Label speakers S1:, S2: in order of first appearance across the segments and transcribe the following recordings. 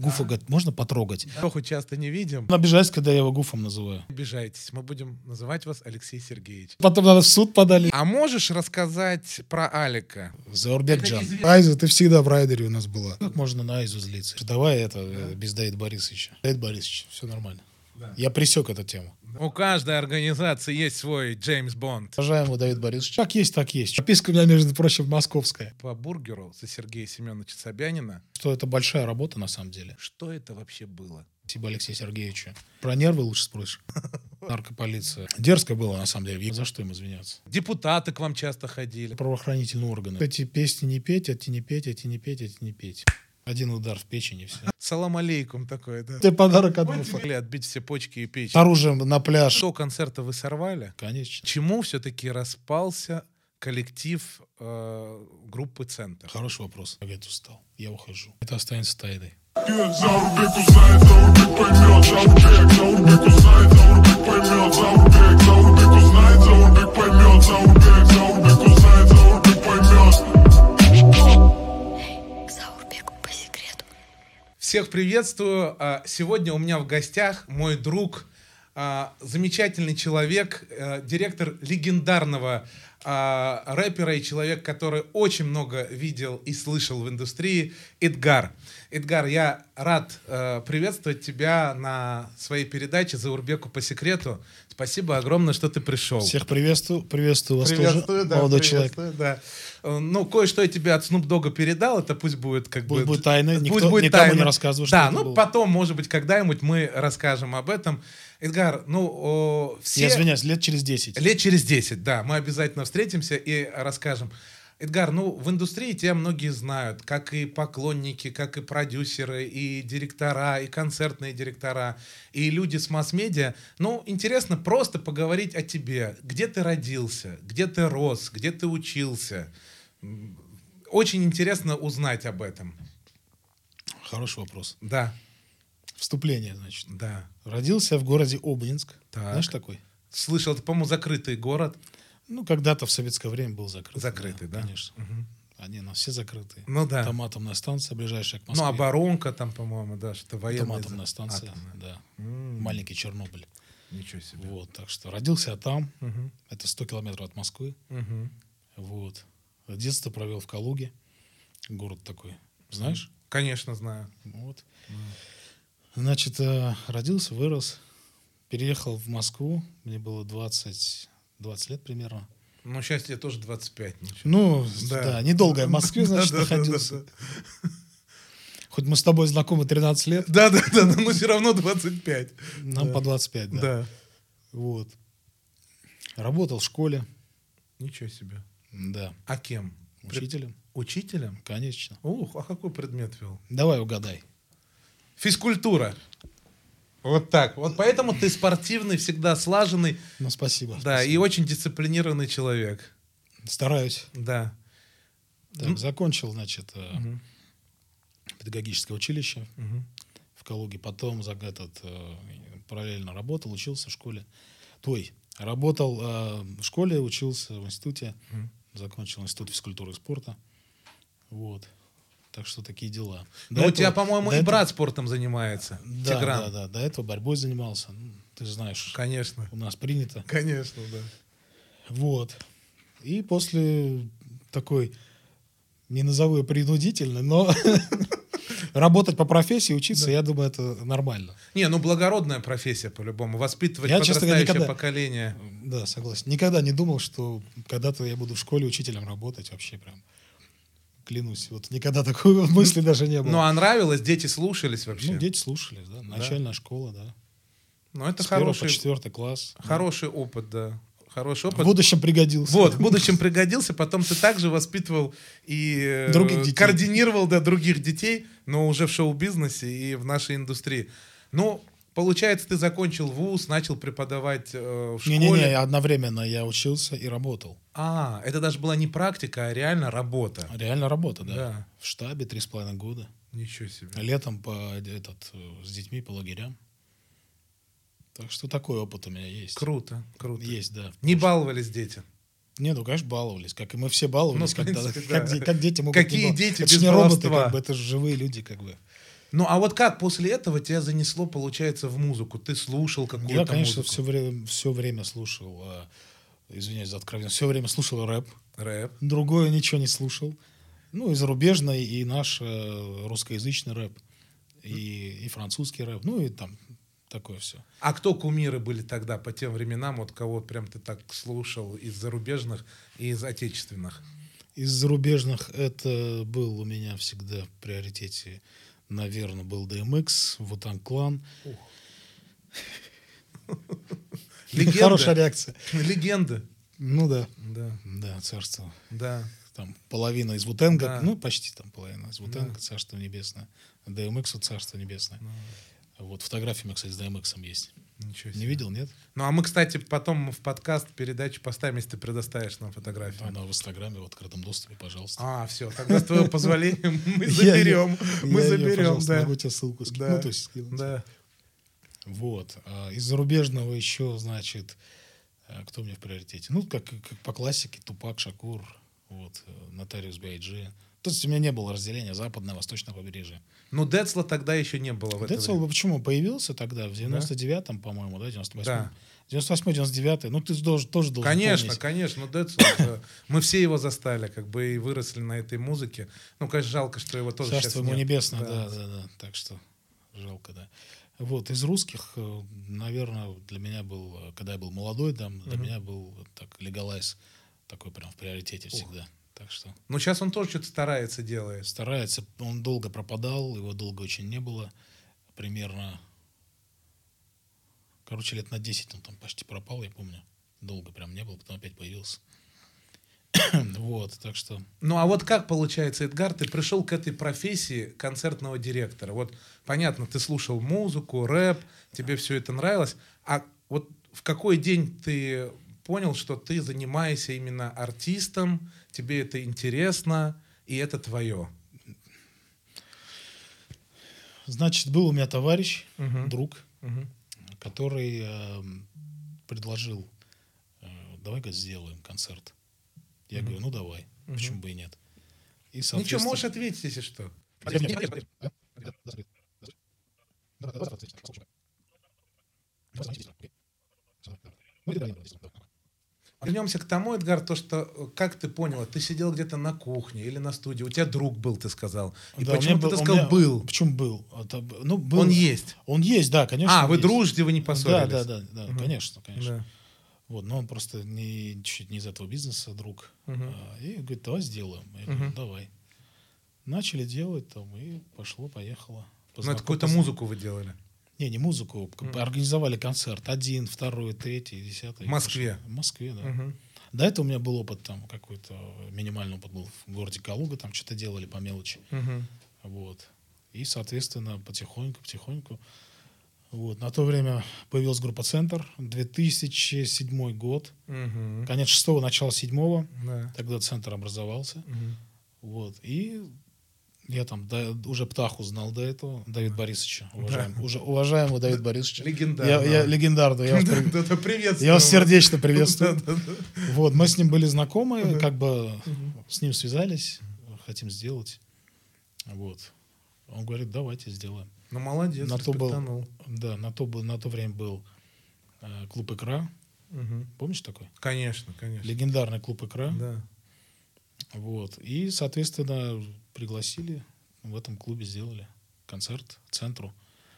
S1: гуфа, говорит, можно потрогать?
S2: Леху часто не видим.
S1: Он обижается, когда я его гуфом называю.
S2: Обижайтесь, мы будем называть вас Алексей Сергеевич.
S1: Потом надо в суд подали.
S2: А можешь рассказать про Алика?
S1: Заурбекджан.
S3: Айза, ты всегда в райдере у нас была.
S1: Как можно на Айзу злиться? Давай это, э, без Давида Борисовича. Давид Борисович, все нормально. Я пресек эту тему.
S2: У каждой организации есть свой Джеймс Бонд.
S1: Уважаемый Давид Борисович, как есть, так есть. Прописка у меня, между прочим, московская.
S2: По бургеру за Сергея Семеновича Собянина.
S1: Что это большая работа на самом деле.
S2: Что это вообще было?
S1: Спасибо Алексею Сергеевичу. Про нервы лучше спросишь. Наркополиция. Дерзко было, на самом деле. За что им извиняться?
S2: Депутаты к вам часто ходили.
S1: Правоохранительные органы. Эти песни не петь, эти не петь, эти не петь, эти не петь. Один удар в печень и все.
S2: Салам алейкум такое, да?
S1: Ты подарок от Гуфа.
S2: Могли отбить все почки и печь.
S1: С оружием на пляж.
S2: Что концерта вы сорвали?
S1: Конечно.
S2: Чему все-таки распался коллектив э, группы «Центр»?
S1: Хороший вопрос. Я говорит, устал. Я ухожу. Это останется тайной.
S4: Заурбеку по секрету.
S2: Всех приветствую. А, Сегодня у меня в гостях мой друг, а, замечательный человек, э, директор легендарного а, рэпера и человек, который очень много видел и слышал в индустрии, Эдгар. Эдгар, я рад э, приветствовать тебя на своей передаче «За Урбеку по секрету». Спасибо огромное, что ты пришел.
S1: Всех приветствую. Приветствую вас
S2: Приветствую,
S1: тоже,
S2: да,
S1: молодой
S2: приветствую,
S1: человек.
S2: да. Э, Ну, кое-что я тебе от Snoop Dogg передал, это пусть будет как
S1: Пусть
S2: бы...
S1: будет тайной,
S2: пусть
S1: никто- никому не рассказывай, что
S2: Да,
S1: это
S2: ну,
S1: было.
S2: потом, может быть, когда-нибудь мы расскажем об этом. Эдгар, ну, о, все...
S1: Я извиняюсь, лет через 10.
S2: Лет через 10, да, мы обязательно встретимся и расскажем. Эдгар, ну, в индустрии тебя многие знают, как и поклонники, как и продюсеры, и директора, и концертные директора, и люди с масс-медиа. Ну, интересно просто поговорить о тебе. Где ты родился, где ты рос, где ты учился. М, Очень интересно узнать об этом.
S1: Хороший вопрос.
S2: Да,
S1: Вступление, значит.
S2: да.
S1: Родился я в городе Обнинск.
S2: Так.
S1: Знаешь такой?
S2: Слышал, это, по-моему, закрытый город.
S1: Ну, когда-то в советское время был закрыт.
S2: Закрытый, да?
S1: Конечно. Они у нас все закрытые.
S2: Ну да.
S1: Там атомная станция, ближайшая к Москве.
S2: Ну, оборонка там, по-моему, да, что-то
S1: Там
S2: военное.
S1: атомная станция, да.
S2: М.
S1: Маленький Чернобыль.
S2: Ничего себе.
S1: Вот, так что родился я там.
S2: Мгм.
S1: Это 100 километров от Москвы.
S2: Мгм.
S1: Вот. Детство провел в Калуге. Город такой. Знаешь?
S2: Конечно, знаю.
S1: Вот. Значит, э, родился, вырос. Переехал в Москву. Мне было 20, 20 лет примерно.
S2: Но счастье тоже 25. ничего.
S1: Ну,
S2: Да.
S1: да, недолго я в Москве, значит,
S2: Да-да-да-да-да.
S1: находился. Хоть мы с тобой знакомы 13 лет,
S2: Да, да, да, но все равно 25.
S1: нам по 25, да.
S2: Да.
S1: Вот. Работал в школе,
S2: Ничего себе.
S1: да,
S2: А кем? Пред-
S1: учителем,
S2: Учителем?
S1: конечно.
S2: Ух, а какой предмет вел?
S1: Давай угадай.
S2: Физкультура. Вот так. Вот поэтому ты спортивный, всегда слаженный,
S1: Ну, спасибо.
S2: да,
S1: спасибо.
S2: и очень дисциплинированный человек.
S1: Стараюсь.
S2: Да.
S1: Так, закончил, значит, э, педагогическое училище
S2: Мгм.
S1: в Калуге. Потом за этот, э, параллельно работал, учился в школе. Той, работал э, в школе, учился в институте. Закончил институт физкультуры и спорта. Вот. Так что такие дела. До
S2: Ну, у
S1: этого-
S2: тебя, по-моему,
S1: до
S2: и
S1: этого-
S2: брат спортом занимается.
S1: Да,
S2: Тигран.
S1: да, да. До этого борьбой занимался. Ну, Ты же знаешь,
S2: Конечно.
S1: у нас принято.
S2: Конечно, да.
S1: Вот. И после такой, не назову ее принудительной, но работать по профессии, учиться, я думаю, это нормально.
S2: Не, ну благородная профессия по-любому. Воспитывать
S1: Я, честно говоря,
S2: подрастающее
S1: никогда-
S2: поколение.
S1: Да, согласен. Никогда не думал, что когда-то я буду в школе учителем работать вообще прям. Клянусь, вот никогда такой мысли даже не было.
S2: Ну, а нравилось, дети слушались вообще.
S1: Ну, дети слушались, да. Начальная школа, да.
S2: Ну, это
S1: С первого
S2: хороший,
S1: по четвертый класс.
S2: хороший опыт, да. Хороший
S1: В
S2: опыт.
S1: будущем пригодился.
S2: Вот, в будущем пригодился, потом ты также воспитывал и э,
S1: Других детей.
S2: координировал да, других детей, но уже в шоу-бизнесе и в нашей индустрии. Ну, получается, ты закончил вуз, начал преподавать э, в школе.
S1: Не-не-не, одновременно я учился и работал.
S2: А, это даже была не практика, а реально работа.
S1: Реально работа, да.
S2: Да.
S1: В штабе три с половиной года.
S2: Ничего себе.
S1: Летом по этот э, с детьми по лагерям. Так что такой опыт у меня есть.
S2: Круто, круто.
S1: Есть, да.
S2: Не баловались дети.
S1: Не, ну конечно, баловались, как и мы все баловались,
S2: Ну, в
S1: когда-
S2: принципе,
S1: как,
S2: да.
S1: де- как дети могут не
S2: Какие
S1: бал-
S2: дети
S1: это ж
S2: без
S1: не роботы,
S2: баловства?
S1: как бы, это же живые люди, как бы.
S2: Ну, а вот как после этого тебя занесло, получается, в музыку? Ты слушал какую-то
S1: Я, конечно,
S2: музыку?
S1: все время, все время слушал, э, извиняюсь за откровенность, все время слушал рэп.
S2: Рэп.
S1: Другое ничего не слушал. Ну, и зарубежный, и наш э, русскоязычный рэп, и, и французский рэп, ну и там такое все.
S2: А кто кумиры были тогда, по тем временам, вот кого прям ты так слушал из зарубежных и из отечественных?
S1: Из зарубежных это был у меня всегда в приоритете, наверное, был DMX, Вутан Клан.
S2: Легенда.
S1: Хорошая реакция.
S2: Легенды.
S1: Ну да,
S2: Да,
S1: да, царство.
S2: да.
S1: Там половина из Вутенга,
S2: Да.
S1: ну почти там половина из Вутенга, царство небесное. DMX царство небесное.
S2: Ну,
S1: Вот фотографии у меня, кстати, с DMX есть.
S2: Ничего себе.
S1: Не видел, нет?
S2: Ну, а мы, кстати, потом в подкаст передачу поставим, если ты предоставишь нам фотографию.
S1: Она в Инстаграме в открытом доступе, пожалуйста.
S2: А, все, тогда с твоего позволения мы
S1: Я её-
S2: заберем. Мы
S1: я её,
S2: заберем,
S1: пожалуйста,
S2: да.
S1: Могу тебе ссылку скинуть.
S2: Да.
S1: Ну, то есть скинуть.
S2: Да.
S1: Вот. А Из зарубежного еще, значит, э, кто мне в приоритете? Ну, как, как по классике, Тупак, Шакур, вот, э, Нотариус Биайджи. То есть у меня не было разделения западное, восточное побережье.
S2: Ну, Децла тогда еще не было в это
S1: Децл
S2: время.
S1: почему появился тогда? В 99-м, по-моему, да, 98-м?
S2: Да.
S1: 98-99. Ну, ты должен, тоже должен
S2: Конечно,
S1: помнить.
S2: конечно, Децл. да. Мы все его застали, как бы и выросли на этой музыке. Ну, конечно, жалко, что его тоже
S1: Царство
S2: сейчас
S1: ему
S2: нет.
S1: небесное, да.
S2: Да.
S1: да, да, Так что жалко, да. Вот, из русских, наверное, для меня был, э, когда я был молодой, да, для меня был э, так легалайз такой прям в приоритете всегда. Так что
S2: Ну, сейчас он тоже что-то старается, делает.
S1: старается. Он долго пропадал, его долго очень не было. Примерно, короче, лет на 10 он там почти пропал, я помню. Долго прям не было, потом опять появился. вот, так что...
S2: Ну, а вот как получается, Эдгар, ты пришел к этой профессии концертного директора? Вот, понятно, ты слушал музыку, рэп, тебе все это нравилось. А вот в какой день ты понял, что ты занимаешься именно артистом, тебе это интересно, и это твое?
S1: Значит, был у меня товарищ,
S2: Мгм.
S1: друг,
S2: Мгм.
S1: который эм, предложил, э, давай-ка сделаем концерт. Я говорю, ну давай, почему бы и нет. И,
S2: Ничего,
S1: соответственно-
S2: можешь ответить, если что. Вернемся к тому, Эдгар, то, что э, как ты понял, ты сидел где-то на кухне или на студии, у тебя друг был, ты сказал. И
S1: Да, у меня
S2: почему ты
S1: был- у
S2: сказал
S1: меня-
S2: был?
S1: Почему был? Это б- ну, был?
S2: Он есть.
S1: Он есть, да, конечно.
S2: А, вы
S1: есть.
S2: дружите, вы не
S1: Да,
S2: поссорились.
S1: да, да, да, конечно, конечно.
S2: Да.
S1: Вот, но он просто не, чуть не из этого бизнеса, друг.
S2: Мгм.
S1: А, И говорит, давай сделаем. Я говорю,
S2: Мгм.
S1: давай. Начали делать там, и пошло, поехало.
S2: Ну, это какую-то
S1: Познакомился-
S2: музыку вы делали.
S1: Не, не музыку. к- Организовали концерт. Один, второй, третий, десятый.
S2: В Москве?
S1: В Москве, да.
S2: Мгм.
S1: До этого у меня был опыт там какой-то, минимальный опыт был в городе Калуга, там что-то делали по мелочи.
S2: Мгм.
S1: Вот. И, соответственно, потихоньку, потихоньку. Вот. На то время появилась группа «Центр». 2007 год.
S2: Мгм.
S1: Конец шестого, начало седьмого.
S2: Да.
S1: Тогда «Центр» образовался.
S2: Мгм.
S1: Вот. И я там до- уже Птаху знал до этого, Давид Борисовича, уважаем- уже уважаемого Давида Борисовича.
S2: Легендарного.
S1: Я, я легендарного. Я, вас при-
S2: Да-да, приветствую.
S1: я вас сердечно приветствую.
S2: Да-да-да.
S1: Вот, мы с ним были знакомы, как бы с ним связались, хотим сделать. Вот. Он говорит, давайте сделаем.
S2: Ну, молодец,
S1: На то был.
S2: респектанул.
S1: Да, на то, был- на то время был э, клуб «Икра».
S2: Мгм.
S1: Помнишь такой?
S2: Конечно, конечно.
S1: Легендарный клуб «Икра».
S2: Да.
S1: Вот. И, соответственно, пригласили, в этом клубе сделали концерт центру.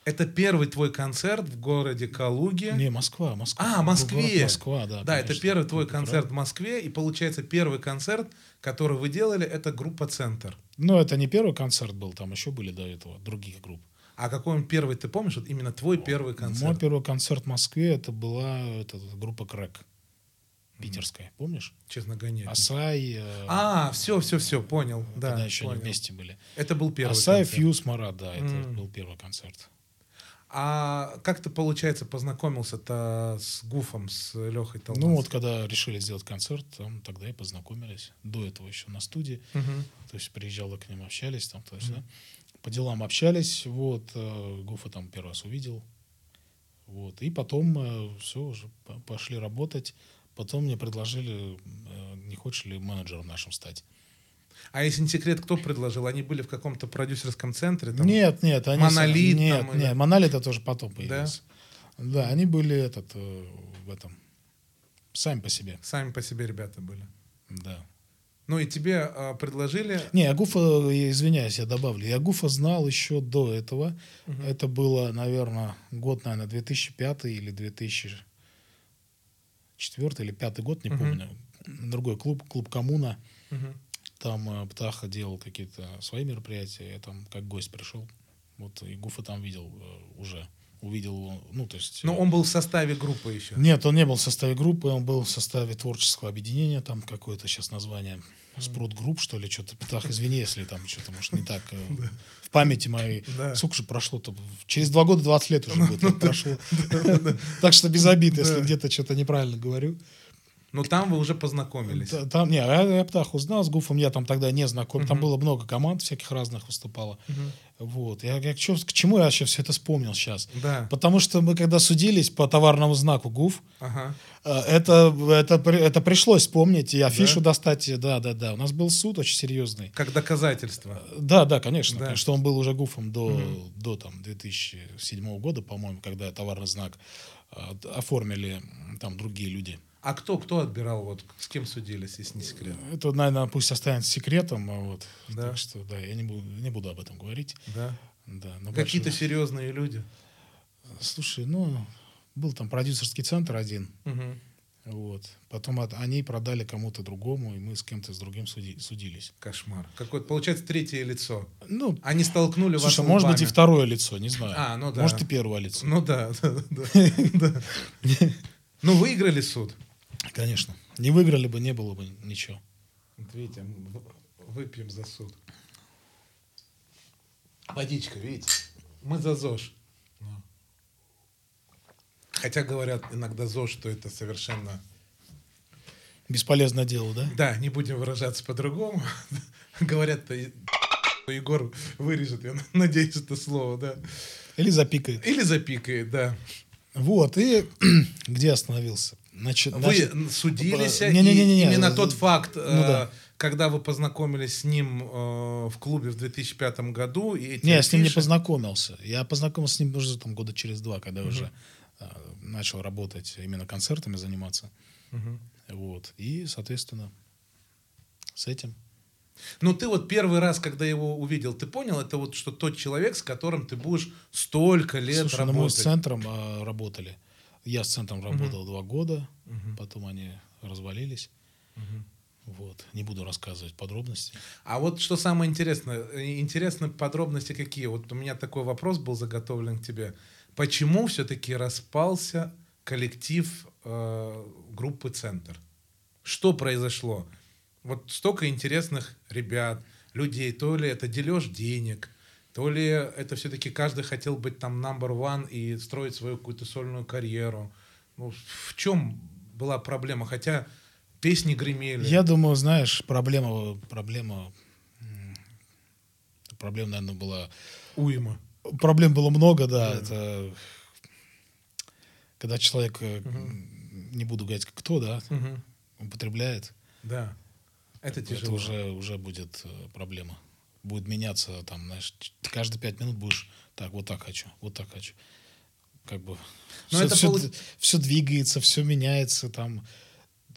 S2: Это первый твой концерт в городе Калуге.
S1: Не, Москва, Москва.
S2: А, Москве.
S1: Город Москва, да.
S2: Да,
S1: конечно.
S2: это первый твой
S1: Группа «Икра».
S2: концерт в Москве, и получается первый концерт, который вы делали, это группа Центр.
S1: Ну, это не первый концерт был, там еще были до этого других групп.
S2: А какой он первый, ты помнишь? Вот именно твой первый
S1: Мой
S2: концерт.
S1: первый концерт в Москве это была эта группа Крэк. Питерская, помнишь?
S2: Честно, гонять.
S1: Асай, э,
S2: А, все, все, все, понял. Да,
S1: когда еще они
S2: понял.
S1: вместе были.
S2: Это был первый
S1: Асай,
S2: концерт.
S1: Фьюз, Марат, да, это
S2: М.
S1: был первый концерт.
S2: А как ты, получается, познакомился-то с Гуфом, с Лехой Толмацким?
S1: Ну вот, когда решили сделать концерт, там тогда и познакомились. До этого еще на студии.
S2: Мгм.
S1: То есть приезжала к ним, общались там, то есть, да. По делам общались, вот, э, Гуфа там первый раз увидел. Вот, и потом все, уже п- пошли работать. Потом мне предложили, э, не хочешь ли менеджером нашим стать.
S2: А если не секрет, кто предложил? Они были в каком-то продюсерском центре? там?
S1: Нет, нет, они...
S2: Монолит там
S1: Нет,
S2: или-
S1: нет, Монолит это тоже потом появился. Да, они были этот, э, в этом, сами по себе,
S2: Сами по себе ребята были.
S1: да.
S2: Ну и тебе а, предложили...
S1: Не, Агуфа, я извиняюсь, я добавлю. Я Агуфа знал еще до этого. Это было, наверное, год, наверное, 2005 или 2004 или 2005 год, не
S2: Мгм.
S1: помню. Другой клуб, клуб Коммуна.
S2: Мгм.
S1: Там э, Птаха делал какие-то свои мероприятия. Я там как гость пришел. Вот и Гуфа там видел э, уже. Увидел его, ну, то есть...
S2: Но
S1: э,
S2: он был в составе группы еще.
S1: Нет, он не был в составе группы, он был в составе творческого объединения, там какое-то сейчас название Спрут Групп, что ли, что-то. Петах, извини, если там что-то, может, не так э, в памяти моей.
S2: Да. Ну,
S1: Сколько же прошло-то? Через два года 20 лет уже будет как прошло. Так что без обид, если
S2: Да.
S1: где-то что-то неправильно говорю.
S2: Но там вы уже познакомились.
S1: Т- Там, не, а я, я Птаху узнал, с Гуфом я там тогда не знаком. Там
S2: Мгм.
S1: было много команд всяких разных выступало.
S2: Мгм.
S1: Вот. Я, я к чё- к чему я вообще все это вспомнил сейчас?
S2: Да.
S1: Потому что мы когда судились по товарному знаку ГУФ,
S2: Ага.
S1: Э, Это, это, при- это пришлось вспомнить и афишу достать. Да, да, да. У нас был суд очень серьезный.
S2: Как доказательство.
S1: Да, да, конечно.
S2: Да.
S1: Потому что он был уже гуфом до, до там, 2007 года, по-моему, когда товарный знак э, т- оформили м, там другие люди.
S2: А кто, кто отбирал, вот с кем судились, если не секрет?
S1: Это, наверное, пусть останется секретом. а Вот.
S2: Да.
S1: Так что, да, я не буду, не буду об этом говорить.
S2: Да.
S1: Да, но
S2: Какие-то
S1: больше-
S2: серьезные люди.
S1: Слушай, ну, был там продюсерский центр один.
S2: Мгм.
S1: Вот. Потом от- они продали кому-то другому, и мы с кем-то с другим суди- судились.
S2: Кошмар. Какое-то, получается, третье лицо.
S1: Ну,
S2: Они столкнули вас
S1: Слушай, может быть и
S2: лбами.
S1: второе лицо, не знаю.
S2: А, ну да.
S1: Может и первое лицо.
S2: Ну да, да, да, да. Ну, выиграли суд.
S1: Конечно. Не выиграли бы, не было бы ничего.
S2: Вот видите, м, в- выпьем за суд. Водичка, видите? Мы за ЗОЖ. Ну. Хотя говорят иногда ЗОЖ, что это совершенно...
S1: Бесполезное дело, да?
S2: Да, не будем выражаться по-другому. Говорят-то, и- Егор вырежет, я надеюсь, это слово, да.
S1: Или запикает.
S2: Или запикает, да.
S1: Вот, и где остановился? Значит, значит,
S2: Вы судились,
S1: э,
S2: и
S1: не-не-не-не,
S2: именно
S1: э,
S2: тот факт, э,
S1: ну да.
S2: когда вы познакомились с ним э, в клубе в 2005 году. И эти
S1: не, я с ним не
S2: афиши-
S1: познакомился. Я познакомился с ним уже там года через два, когда уже э, начал работать именно концертами заниматься.
S2: Мгм.
S1: Вот. И, соответственно, с этим.
S2: Ну, ты вот первый раз, когда его увидел, ты понял, это вот что тот человек, с которым ты будешь столько лет
S1: Слушай, ну, мы с
S2: работать.
S1: центром э, работали. Я с центром работал два года, потом они развалились. Вот. Не буду рассказывать подробности.
S2: А вот что самое интересное, э, интересны подробности какие. Вот у меня такой вопрос был заготовлен к тебе. Почему все-таки распался коллектив э, группы «Центр»? Что произошло? Вот столько интересных ребят, людей. То ли это дележ денег, то ли это все-таки каждый хотел быть там number one и строить свою какую-то сольную карьеру. Ну, в чем была проблема? Хотя песни гремели.
S1: Я думаю, знаешь, проблема, проблема, м, проблем, наверное, была,
S2: Уйма.
S1: проблем было много, да. Это когда человек, э, не буду говорить, кто, да,
S2: Мгм.
S1: употребляет,
S2: Да. Это тяжело.
S1: это уже уже будет э, проблема, будет меняться там, знаешь, ч- ты каждые пять минут будешь так, вот так хочу, вот так хочу, как бы.
S2: Но
S1: все,
S2: Ну, это полу-
S1: двигается, все меняется там.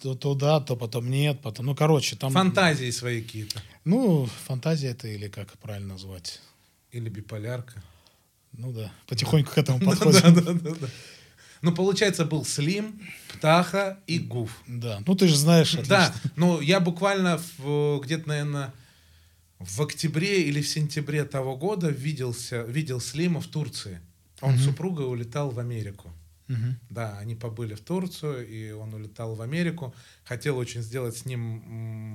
S1: То, то да, то потом нет, потом. Ну, короче, там.
S2: Фантазии свои какие-то.
S1: Ну, фантазия это или как правильно назвать.
S2: Или биполярка.
S1: Ну да, потихоньку к этому
S2: Ну Да, да,
S1: подходим.
S2: да, да, да. Ну, получается, был Слим, Птаха и Гуф.
S1: Да, ну ты же знаешь.
S2: Да,
S1: отлично.
S2: ну я буквально в, э, где-то, наверное, в октябре или в сентябре того года виделся, видел Слима в Турции. Он с супругой улетал в Америку.
S1: Мгм.
S2: Да, они побыли в Турцию, и он улетал в Америку. Хотел очень сделать с ним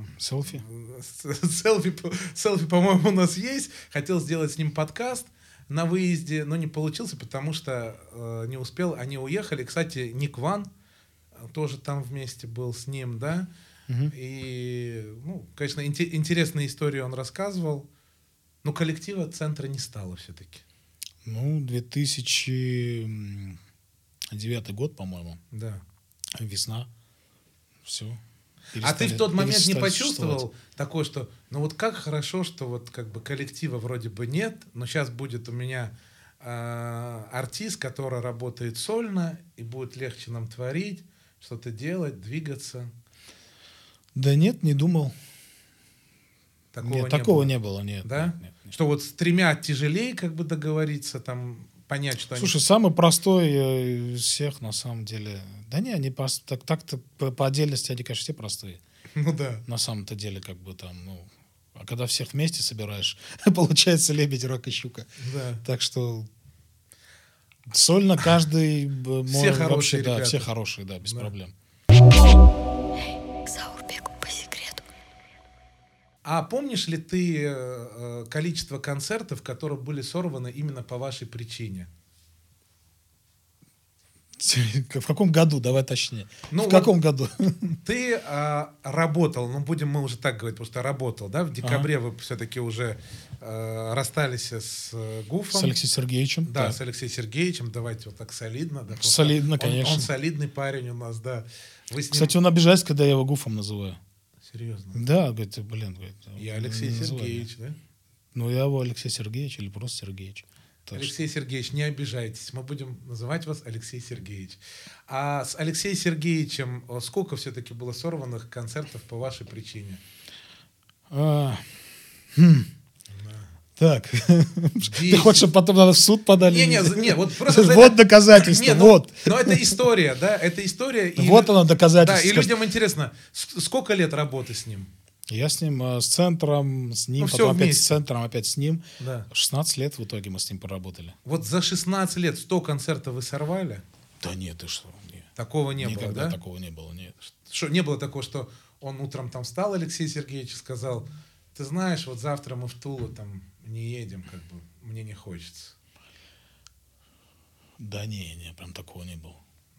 S2: м,
S1: Селфи.
S2: С- селфи, по- селфи, по-моему, у нас есть. Хотел сделать с ним подкаст на выезде, но не получился, потому что э, не успел. Они уехали. Кстати, Ник Ван э, тоже там вместе был с ним, да.
S1: Мгм.
S2: И, ну, конечно, инте- интересные истории он рассказывал. Но коллектива центра не стало все-таки.
S1: Ну, 2009 год, по-моему.
S2: Да.
S1: Весна. Все.
S2: А ты
S1: перестали-
S2: в тот момент не
S1: перестали
S2: почувствовал
S1: существовать.
S2: такое, что, ну вот как хорошо, что вот как бы коллектива вроде бы нет, но сейчас будет у меня э, артист, который работает сольно, и будет легче нам творить, что-то делать, двигаться.
S1: Да нет, не думал.
S2: Такого
S1: нет,
S2: не
S1: такого
S2: было.
S1: не было, нет.
S2: Да?
S1: нет, нет.
S2: Что вот с тремя тяжелее как бы договориться, там понять, что они-
S1: Слушай, самый простой э, из всех, на самом деле. Да не, они прос- так, так-то по, по отдельности они, конечно, все простые.
S2: Ну да.
S1: На самом-то деле, как бы там, ну... А когда всех вместе собираешь, получается лебедь, рак и щука.
S2: Да.
S1: Так что сольно каждый б-
S2: Все
S1: может вообще, да,
S2: хорошие ребята.
S1: все хорошие, да, без
S2: Да.
S1: проблем.
S4: Заурбеку по секрету.
S2: А помнишь ли ты э, э, количество концертов, которые были сорваны именно по вашей причине?
S1: В каком году, давай точнее.
S2: Ну,
S1: в
S2: вот-
S1: каком году?
S2: Ты а, работал, ну будем мы уже так говорить, потому что работал, да? В декабре вы все-таки уже э, расстались с э, Гуфом.
S1: С Алексеем Сергеевичем.
S2: Да,
S1: так.
S2: с Алексеем Сергеевичем. Давайте вот так солидно. Да, просто
S1: Солидно,
S2: он-
S1: конечно.
S2: Он солидный парень у нас, да. Вы с ним...
S1: Кстати, он обижается, когда я его гуфом называю.
S2: Серьезно.
S1: Да, говорит, «Ты, блин, говорит, ну,
S2: Я
S1: не
S2: Алексей
S1: называй меня».
S2: Сергеевич, да?
S1: Ну, я его Алексей Сергеевич или просто Сергеевич. Так что-
S2: Алексей Сергеевич, не обижайтесь, мы будем называть вас Алексей Сергеевич. А с Алексеем Сергеевичем э, сколько все-таки было сорванных концертов по вашей причине?
S1: А, хм. Так. Ты
S2: Десять.
S1: хочешь, чтобы потом надо в суд подали?
S2: Не, не, не, вот просто за
S1: Вот
S2: это-
S1: доказательство,
S2: Не, ну,
S1: вот.
S2: Но это история, да, это история. и-
S1: Вот оно,
S2: Да, и
S1: доказательство.
S2: людям интересно, с- сколько лет работы с ним?
S1: Я с ним э, с центром, с ним,
S2: Ну, всё
S1: потом опять
S2: вместе.
S1: с центром, опять с ним.
S2: Да.
S1: 16 лет в итоге мы с ним поработали.
S2: Вот за 16 лет 100 концертов вы сорвали?
S1: Да нет, ты что? не.
S2: Такого не было,
S1: Никогда
S2: да?
S1: такого не было, нет.
S2: Что, не было такого, что он утром там встал, Алексей Сергеевич, и сказал, ты знаешь, вот завтра мы в Тулу там не едем, как бы, мне не хочется.
S1: Да не, не, прям такого не было.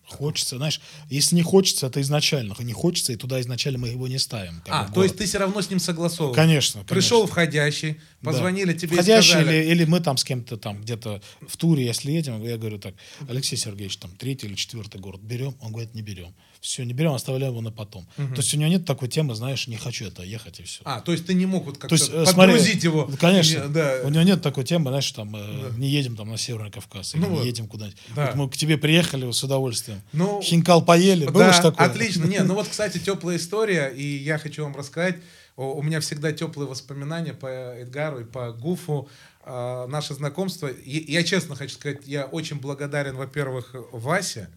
S1: Хочется, знаешь, если не хочется, это изначально не хочется, и туда изначально мы его не ставим. как
S2: а,
S1: бы, в
S2: то есть
S1: город.
S2: ты все равно с ним согласовывал?
S1: Конечно, конечно.
S2: Пришел входящий,
S1: Да.
S2: позвонили тебе и
S1: Входящий
S2: сказали,
S1: или, или мы там с кем-то там где-то в туре, если едем, я говорю так, Алексей Сергеевич, там третий или четвертый город берем, он говорит, не берем. Все, не берем, оставляем его на потом. То есть у него нет такой темы, знаешь, не хочу это ехать и все.
S2: А, то есть ты не мог вот
S1: То
S2: как-то
S1: есть, э,
S2: подгрузить
S1: смотри,
S2: его?
S1: Конечно.
S2: Не, да.
S1: У него нет такой темы, знаешь, там, э, не едем там на Северный Кавказ, или
S2: Ну
S1: не
S2: вот.
S1: едем куда-нибудь.
S2: Да.
S1: Вот мы к тебе приехали вот с удовольствием.
S2: Ну,
S1: Хинкал поели, было
S2: Да,
S1: ж такое?
S2: Отлично. Не, ну вот, кстати, теплая история, и я хочу вам рассказать. О, У меня всегда теплые воспоминания по Эдгару и по Гуфу. А, наше знакомство. И- Я, честно хочу сказать, я очень благодарен, во-первых, Васе,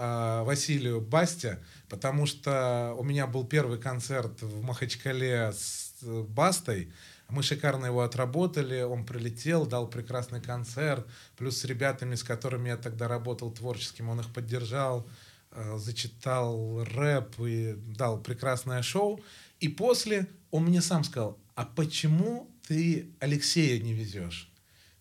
S2: а, Василию Басте, потому что у меня был первый концерт в Махачкале с э, Бастой. Мы шикарно его отработали, он прилетел, дал прекрасный концерт, плюс с ребятами, с которыми я тогда работал творческим, он их поддержал, э, зачитал рэп и дал прекрасное шоу. И после он мне сам сказал, а почему ты Алексея не везешь?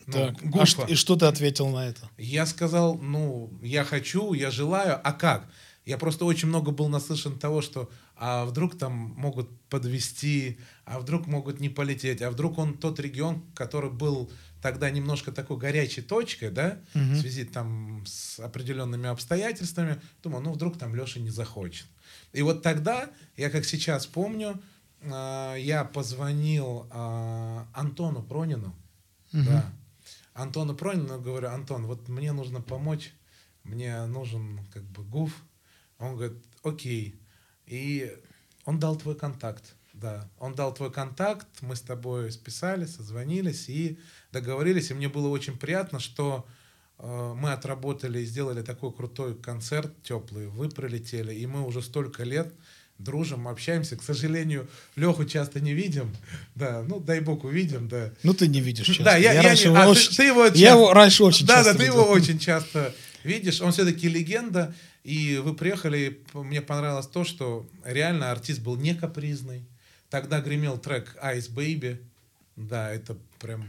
S2: Ну,
S1: Так, а
S2: Гуфа.
S1: ш- и что ты ответил на это?
S2: Я сказал, ну, я хочу, я желаю, а как? Я просто очень много был наслышан того, что а вдруг там могут подвести, а вдруг могут не полететь, а вдруг он тот регион, который был тогда немножко такой горячей точкой, да, в связи там с определенными обстоятельствами. Думаю, ну вдруг там Леша не захочет. И вот тогда, я как сейчас помню, а, я позвонил а, Антону Пронину, да. Антону Пронину говорю, Антон, вот мне нужно помочь, мне нужен как бы гуф. Он говорит, окей. И он дал твой контакт, да. Он дал твой контакт, мы с тобой списались, созвонились и договорились. И мне было очень приятно, что э, мы отработали и сделали такой крутой концерт теплый. Вы прилетели, и мы уже столько лет дружим, общаемся. К сожалению, Леху часто не видим. Да, ну дай бог увидим, да.
S1: Ну, ты не видишь часто.
S2: Да, я, я
S1: раньше
S2: не-
S1: его
S2: а, ты-
S1: очень-
S2: ты его
S1: Я его
S2: часто-
S1: раньше очень
S2: да,
S1: часто
S2: Да, ты
S1: видел.
S2: его очень часто видишь. Он все-таки легенда. И вы приехали, и п- мне понравилось то, что реально артист был не капризный. Тогда гремел трек Ice Baby. Да, это прям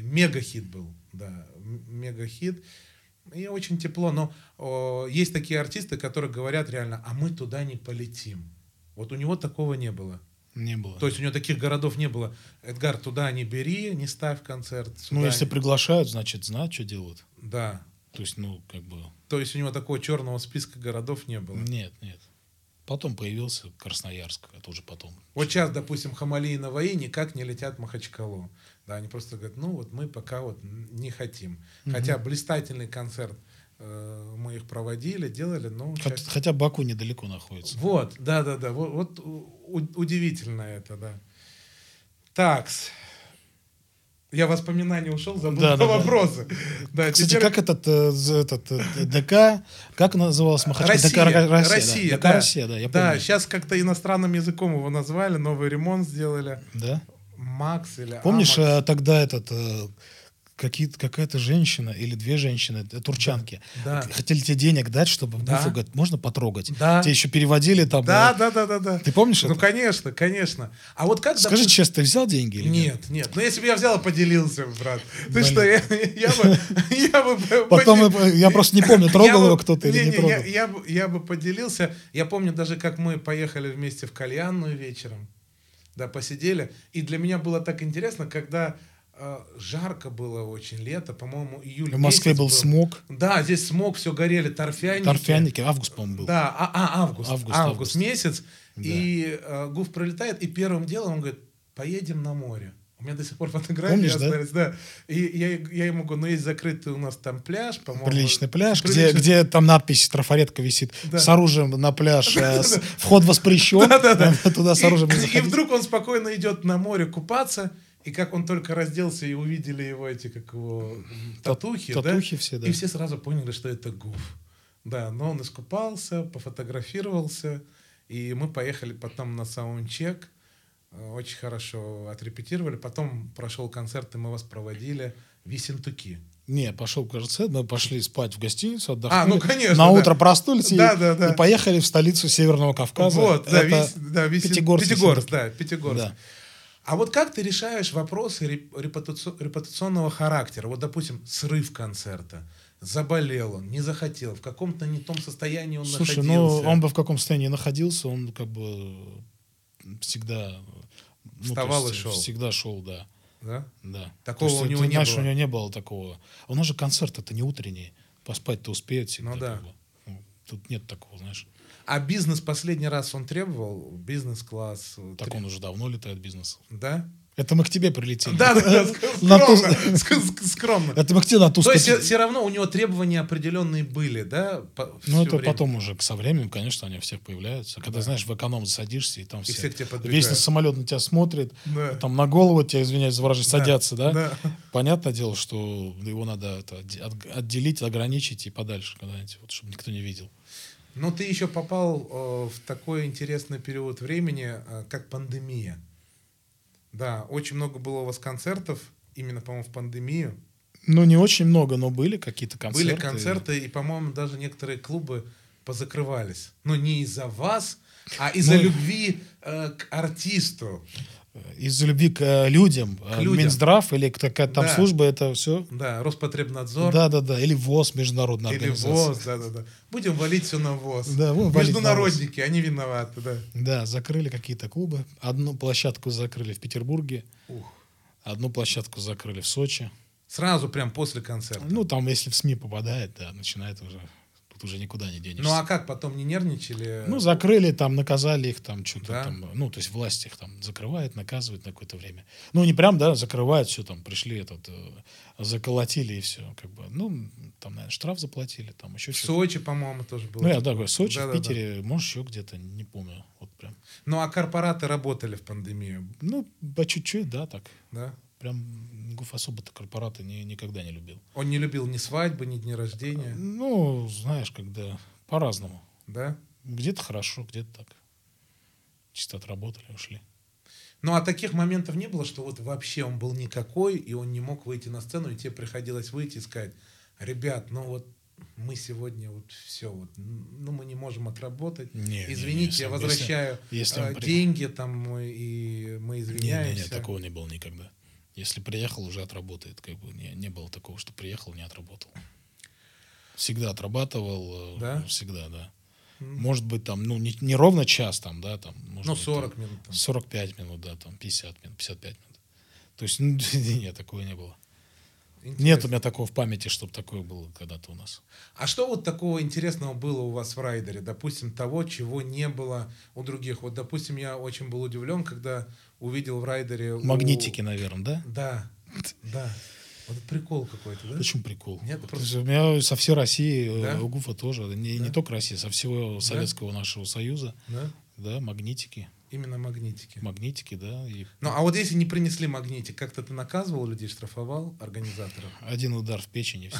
S2: мега-хит был. Да, м- мега-хит. И очень тепло. Но о, есть такие артисты, которые говорят реально, а мы туда не полетим. Вот у него такого не было.
S1: Не было.
S2: То есть у него таких городов не было. Эдгар, туда не бери, не ставь концерт. сюда
S1: ну, если
S2: не-
S1: приглашают, значит, знают, что делают.
S2: Да.
S1: То есть, ну, как бы...
S2: То есть у него такого черного списка городов не было.
S1: Нет, нет. Потом появился Красноярск, это уже потом.
S2: Вот сейчас, допустим, Хамали и Наваи никак не летят в Махачкалу. Да, они просто говорят, ну вот мы пока вот н- не хотим. Хотя блистательный концерт э, мы их проводили, делали, но...
S1: Хот-
S2: щас-
S1: Хотя Баку недалеко находится.
S2: Вот, да-да-да, вот, вот у- удивительно это, да. Такс. Я в воспоминания ушел, забыл
S1: Да,
S2: про
S1: да, да.
S2: вопросы. Да,
S1: Кстати,
S2: теперь-
S1: как этот, э, з- этот э, ДК, как назывался Махачкала?
S2: Россия,
S1: ДК Ра- Россия,
S2: Россия,
S1: да. ДК
S2: да.
S1: Россия, да, я
S2: Да,
S1: помню.
S2: сейчас как-то иностранным языком его назвали, новый ремонт сделали.
S1: Да?
S2: Макс или
S1: Помнишь, э,
S2: Амакс?
S1: тогда этот э, какие- какая-то женщина или две женщины, э, турчанки,
S2: Да.
S1: хотели тебе денег дать, чтобы
S2: Да.
S1: буфу, говорят, можно потрогать?
S2: Да.
S1: Тебе еще переводили там.
S2: Да,
S1: э,
S2: да, да, да, да.
S1: Ты помнишь
S2: Ну,
S1: это?
S2: конечно, конечно. А вот как...
S1: Скажи
S2: допустим-
S1: честно, ты взял деньги или нет?
S2: Нет, нет. Ну, если бы я взял и поделился, брат. Ты
S1: Блин.
S2: что, я, я бы... Я бы по-
S1: Потом
S2: подел-
S1: э, я просто не помню, трогал
S2: Я
S1: его
S2: бы-
S1: кто-то или не
S2: не-не, я-
S1: трогал.
S2: Я бы- я бы поделился. Я помню даже, как мы поехали вместе в кальянную вечером. Да, посидели. И для меня было так интересно, когда э, жарко было очень лето, по-моему, июль
S1: В Москве
S2: месяц
S1: был смог,
S2: Да, здесь смог, все горели, торфяники.
S1: торфяники, август, по-моему, был.
S2: Да, а, а, август,
S1: Август,
S2: август,
S1: август.
S2: месяц.
S1: Да.
S2: И э, Гуф пролетает, и первым делом он говорит, поедем на море. У меня до сих пор фотографии
S1: Помнишь, да?
S2: остались, да? И я, я ему говорю, ну есть закрытый у нас там пляж, по-моему.
S1: Приличный пляж,
S2: Приличный.
S1: Где, где там надпись трафаретка висит
S2: Да.
S1: с оружием на пляж, э, с- вход воспрещен, Э, туда с оружием не
S2: И, и
S1: заходить.
S2: вдруг он спокойно идет на море купаться, и как он только разделся, и увидели его эти, как его,
S1: Тат-
S2: татухи, да?
S1: татухи все, да.
S2: И все сразу поняли, что это Гуф. Да, но он искупался, пофотографировался, и мы поехали потом на саундчек. Э, Очень хорошо отрепетировали. Потом прошел концерт, и мы вас проводили. Висентуки.
S1: Не, пошел, кажется, мы пошли спать в гостиницу, отдохнули.
S2: А, ну, конечно,
S1: На
S2: да.
S1: утро проснулись и,
S2: Да, да, да.
S1: и поехали в столицу Северного Кавказа.
S2: Вот, да,
S1: Это
S2: Вис- да, Висен-
S1: Пятигорск.
S2: Пятигорск, да, Пятигорск.
S1: Да.
S2: А вот как ты решаешь вопросы реп- репутаци- репутационного характера? Вот, допустим, срыв концерта. Заболел он, не захотел, в каком-то не том состоянии он
S1: Слушай,
S2: находился.
S1: ну он бы в каком состоянии находился, он как бы всегда... ну, то
S2: Вставал и
S1: есть
S2: шел.
S1: Всегда шел, да.
S2: Да?
S1: да.
S2: Такого
S1: То есть
S2: у него
S1: ты
S2: не
S1: знаешь,
S2: было.
S1: у него не было такого. А У нас же концерт это не утренний. Поспать-то успеют всегда.
S2: Ну да.
S1: как бы. Ну, Тут нет такого, знаешь.
S2: А бизнес последний раз он требовал? Бизнес-класс? э,
S1: Так
S2: тре-
S1: он уже давно летает бизнес.
S2: Да?
S1: Это мы к тебе прилетели.
S2: Да, да, да,
S1: На ту-
S2: скромно. ск- ск- Скромно.
S1: Это мы к тебе на ту
S2: То есть
S1: статью-
S2: все равно у него требования определенные были, да? по- всё
S1: Ну, это
S2: время?
S1: потом уже со временем, конечно, они у всех появляются. Когда, знаешь, в эконом засадишься, и там все,
S2: всех тебя подвигают.
S1: весь на самолет на тебя смотрит,
S2: Да.
S1: там на голову тебя, извиняюсь за выражение, садятся, да?
S2: да.
S1: Понятное дело, что его надо это отде- от- отделить, ограничить и подальше куда-нибудь, вот, чтобы никто не видел.
S2: Но ты еще попал э, в такой интересный период времени, э, как пандемия. Да, очень много было у вас концертов, именно, по-моему, в пандемию.
S1: Ну, не очень много, но были какие-то концерты.
S2: Были концерты, и, по-моему, даже некоторые клубы позакрывались. Но не из-за вас, а из-за
S1: Ну,
S2: любви э, к артисту.
S1: Из-за любви к э, людям, э,
S2: людям.
S1: Минздрав или какая-то там
S2: Да.
S1: служба, это все.
S2: Да, Роспотребнадзор
S1: Да-да-да, или ВОЗ, международная
S2: или
S1: организация.
S2: ВОЗ, да-да-да. Будем валить все на ВОЗ.
S1: Да, будем валить на
S2: Международники, они виноваты, да.
S1: Да, закрыли какие-то клубы. Одну площадку закрыли в Петербурге,
S2: Ух.
S1: одну площадку закрыли в Сочи.
S2: Сразу прям после концерта.
S1: Ну, там, если в СМИ попадает, да, начинает уже... Тут уже никуда не денешься.
S2: Ну а как, потом не нервничали?
S1: Ну, закрыли, там, наказали их, там, что-то
S2: Да.
S1: там, ну, то есть власть их там закрывает, наказывает на какое-то время. Ну, не прям, да, закрывают, все там, пришли этот, э, заколотили и все, как бы, ну, там, наверное, штраф заплатили, там, еще
S2: В
S1: что-то.
S2: Сочи, по-моему, тоже было.
S1: Ну, я да, говорю, Сочи,
S2: Да-да-да.
S1: в Питере, может, еще где-то, не помню, вот прям.
S2: Ну, а корпораты работали в пандемию,
S1: Ну, по чуть-чуть, да, так.
S2: да?
S1: Прям Гуф особо-то корпораты ни- никогда не любил.
S2: Он не любил ни свадьбы, ни дни рождения,
S1: Ну, знаешь, когда по-разному.
S2: да?
S1: Где-то хорошо, где-то так. Чисто отработали, ушли.
S2: Ну, а таких моментов не было, что вот вообще он был никакой, и он не мог выйти на сцену, и тебе приходилось выйти и сказать, ребят, ну вот мы сегодня вот все, вот, ну мы не можем отработать,
S1: Не, не, не,
S2: извините,
S1: если-
S2: я
S1: если-
S2: возвращаю
S1: если он
S2: э,
S1: при-
S2: деньги там, мы- и мы извиняемся.
S1: Не, не, не, такого не было никогда. Если приехал, уже отработает. Как бы не, не было такого, что приехал, не отработал. Всегда отрабатывал. э,
S2: Да?
S1: Всегда, да.
S2: М.
S1: Может быть, там, ну, не, не ровно час, там, да, там. может
S2: Ну,
S1: быть,
S2: 40
S1: там,
S2: минут. там.
S1: 45 минут, да, там, 50 минут, 55 минут. То есть, ну, не, такого не было.
S2: Интересно.
S1: Нет у меня такого в памяти, чтобы такое было когда-то у нас.
S2: А что вот такого интересного было у вас в райдере? Допустим, того, чего не было у других. Вот, допустим, я очень был удивлен, когда увидел в райдере... у-
S1: Магнитики, наверное, да?
S2: Да, да. Вот это прикол какой-то, да?
S1: Почему прикол?
S2: Нет,
S1: То
S2: просто-
S1: есть У меня со всей России,
S2: Да?
S1: э, у ГУФа тоже, не, не
S2: Да?
S1: только России, со всего Советского нашего Союза,
S2: Да?
S1: да, магнитики,
S2: Именно магнитики.
S1: магнитики, да, и
S2: Ну, а вот если не принесли магнитик, как-то ты наказывал людей, штрафовал организаторов?
S1: один удар в печени. всё.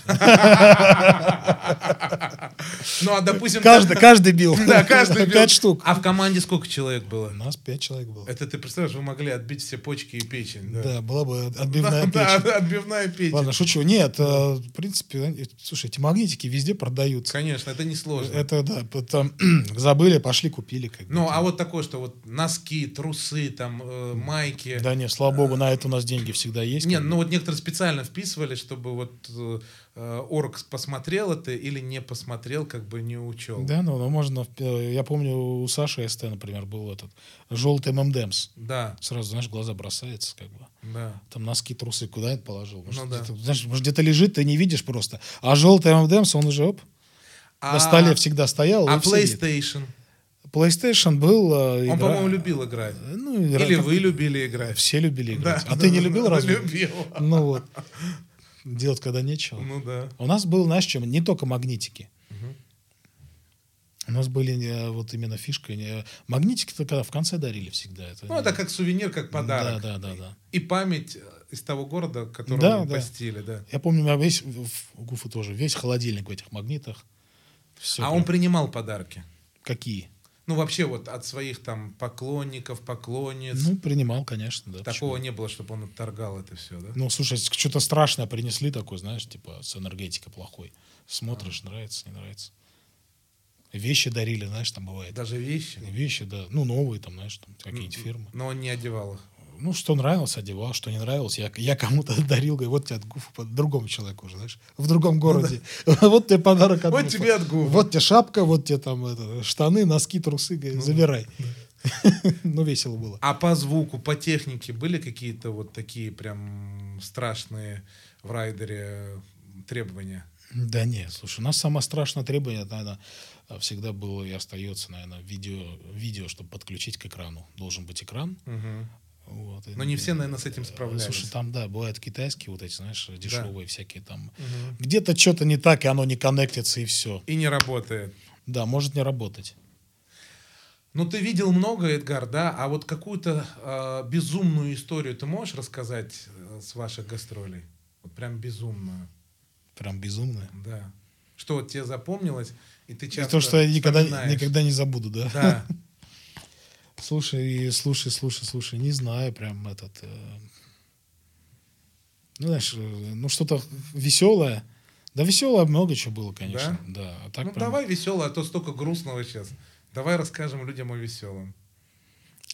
S2: Ну, а допустим...
S1: Каждый, каждый бил.
S2: Да, каждый бил.
S1: Пять штук.
S2: А в команде сколько человек было?
S1: У нас пять человек было.
S2: Это ты представляешь, вы могли отбить все почки и печень. Да,
S1: Да, была бы отбивная
S2: Да,
S1: печень.
S2: да, отбивная печень.
S1: Ладно, шучу. Нет, э, в принципе, они- слушай, эти магнитики везде продаются.
S2: Конечно, это не сложно.
S1: Это да, потом забыли, пошли купили. как бы.
S2: Ну, а вот такое, что вот носки, трусы, там, э, майки.
S1: Да нет, слава богу, на это у нас деньги всегда есть.
S2: А, Не,
S1: как бы.
S2: ну вот некоторые специально вписывали, чтобы вот э, э, орг посмотрел это или не посмотрел, как бы не учел.
S1: Да, ну, ну, можно. в- э, Я помню, у Саши СТ, например, был этот желтый ММДМС.
S2: Да,
S1: Сразу, знаешь, глаза бросается, как бы.
S2: да.
S1: Там носки, трусы, куда это положил? Может,
S2: Ну да.
S1: где-то, знаешь, может, где-то лежит, ты не видишь просто. А желтый ММДМС, он уже, оп,
S2: А-
S1: на столе всегда стоял.
S2: А
S1: и сидит.
S2: PlayStation?
S1: PlayStation был... э,
S2: Он,
S1: игра-
S2: по-моему, любил играть.
S1: Э, Ну,
S2: Или
S1: игра-
S2: вы любили играть.
S1: Все любили
S2: Да,
S1: играть. а
S2: да,
S1: ты не
S2: да,
S1: любил
S2: да,
S1: разве?
S2: Любил.
S1: Ну вот. Делать, когда нечего.
S2: Ну да.
S1: У нас было, знаешь, чем? Не только магнитики. У нас были э, вот именно фишка. не- Магнитики-то когда в конце дарили всегда. Это
S2: Ну,
S1: не-
S2: это как сувенир, как подарок.
S1: Да, да, да, да.
S2: И память э, из того города, которого
S1: Да,
S2: вы
S1: да.
S2: постили, да.
S1: Я помню, у меня весь, в у Гуфа тоже, весь холодильник в этих магнитах. Все
S2: А он принимал подарки.
S1: Какие?
S2: Ну, вообще, вот от своих там поклонников, поклонниц.
S1: Ну, принимал, конечно, да.
S2: Такого
S1: почему?
S2: не было, чтобы он отторгал это все, да?
S1: Ну, слушай, с- что-то страшное принесли такое, знаешь, типа с энергетикой плохой. Смотришь, нравится, не нравится. Вещи дарили, знаешь, там бывает.
S2: Даже вещи.
S1: Вещи, да. Ну, новые там, знаешь, там какие-то фирмы.
S2: Но он не одевал их.
S1: Ну, что нравилось, одевал, что не нравилось. Я, я кому-то дарил, говорю, вот тебе от Гуфа, под- другому человеку уже, знаешь, в другом городе. Ну Вот тебе подарок от
S2: Вот
S1: Гуфа.
S2: тебе от Гуфа.
S1: Вот тебе шапка, вот тебе там это, штаны, носки, трусы, говорю, забирай. Ну, весело было.
S2: А по звуку, по технике были какие-то вот такие прям страшные в райдере требования?
S1: Да нет, слушай, у нас самое страшное требование, это, наверное, всегда было и остается, наверное, видео, видео, чтобы подключить к экрану. Должен быть экран.
S2: Мгм.
S1: Вот, и- э,
S2: Но не все, наверное, с этим справлялись.
S1: Слушай, там, да, бывают китайские вот эти, знаешь, дешевые всякие там.
S2: Мгм.
S1: Где-то что-то не так, и оно не коннектится, и все.
S2: И не работает.
S1: Да, может не работать.
S2: Ну, ты видел много, Эдгар, да? А вот какую-то э, безумную историю ты можешь рассказать э, с ваших гастролей? Вот прям безумную,
S1: Прям безумно.
S2: да. Что вот тебе запомнилось, и ты
S1: И
S2: часто
S1: то, что я никогда,
S2: вспоминаешь?
S1: никогда не забуду, да?
S2: Да. Ну,
S1: Слушай, и слушай, слушай, слушай. Не знаю, прям этот... э, Ну, знаешь, э, ну что-то веселое. Да веселое много чего было, конечно. Да? А так
S2: ну
S1: прям-
S2: давай весело, а то столько грустного сейчас. Давай расскажем людям о веселом.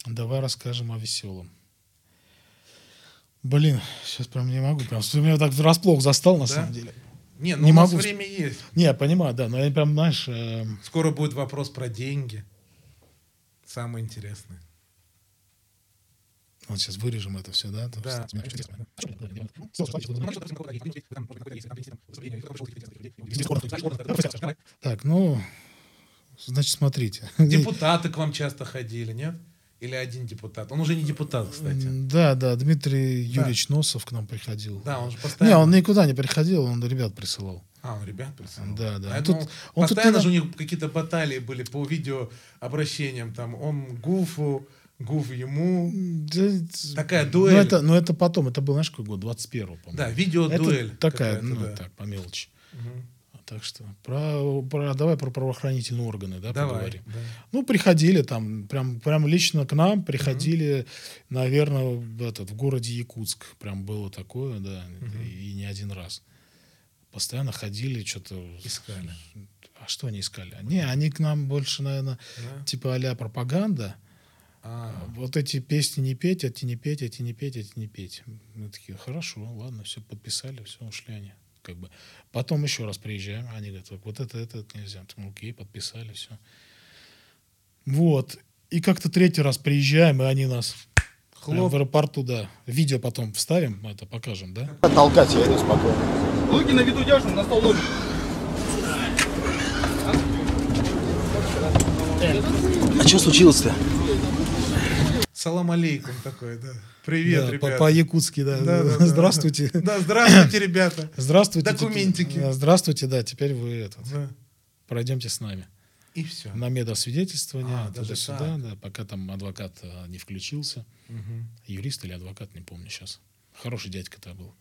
S1: Давай расскажем о веселом. Блин, сейчас прям не могу. Прям, ты меня так врасплох застал, на
S2: Да?
S1: самом деле.
S2: Не, ну
S1: Не
S2: у нас
S1: могу вс-
S2: время есть.
S1: Не, я понимаю, да. Но я прям, знаешь... эм,
S2: Скоро будет вопрос про деньги. Самое интересное.
S1: Вот сейчас вырежем это все, да?
S2: Да.
S1: Так, ну, значит, смотрите.
S2: Депутаты к вам часто ходили, нет? Или один депутат? Он уже не депутат, кстати.
S1: М, Да, да, Дмитрий Юрьевич Носов к нам приходил.
S2: Да, он же
S1: Не,
S2: постоянно...
S1: он никуда не приходил, он ребят присылал.
S2: А, он ребят присылал.
S1: Да, да.
S2: А я
S1: Тут-
S2: думал,
S1: он тут
S2: постоянно
S1: иногда-
S2: же у них какие-то баталии были по видеообращениям. Там он Гуфу, Гуф ему.
S1: Да, ц-
S2: Такая
S1: ну,
S2: дуэль.
S1: это, но это потом, это был, знаешь, какой год, 21-го, по-моему.
S2: Да, видеодуэль.
S1: Это такая,
S2: какая-то,
S1: ну,
S2: да.
S1: так, по мелочи.
S2: Мгм.
S1: Так что, про, про- давай про правоохранительные органы, да,
S2: Давай.
S1: поговорим.
S2: да.
S1: Ну, приходили там, прям, прям лично к нам приходили, наверное, в, этот, в городе Якутск. Прям было такое, да, и не один раз. Постоянно ходили, что-то...
S2: Искали.
S1: А что они искали? Не, они к нам больше, наверное,
S2: Да?
S1: типа а пропаганда.
S2: А,
S1: Вот эти песни не петь, эти не петь, эти не петь, эти не петь. Мы такие, хорошо, ладно, все подписали, все, ушли они. Как бы. Потом еще раз приезжаем, они говорят, «Так, вот это, это, это нельзя. Так, ну, окей, подписали, все. Вот. И как-то третий раз приезжаем, и они нас Прям
S2: Хлоп.
S1: в аэропорту, да. Видео потом вставим, мы это покажем, да?
S5: Толкать я иду спокойно. Луки на виду держим, на стол ложим. А что случилось-то?
S2: Салам алейкум такой, да. Привет,
S1: Да,
S2: ребята.
S1: по- по-якутски, да.
S2: Да, да, да,
S1: Здравствуйте.
S2: Да, Да, здравствуйте, ребята.
S1: Здравствуйте. теперь-
S2: Документики.
S1: да, Здравствуйте, да, теперь вы этот,
S2: Да.
S1: пройдемте с нами.
S2: И все.
S1: На медосвидетельствование,
S2: А, даже
S1: туда-сюда, да, пока там адвокат а, не включился. Юрист или адвокат, не помню сейчас. Хороший дядька-то был.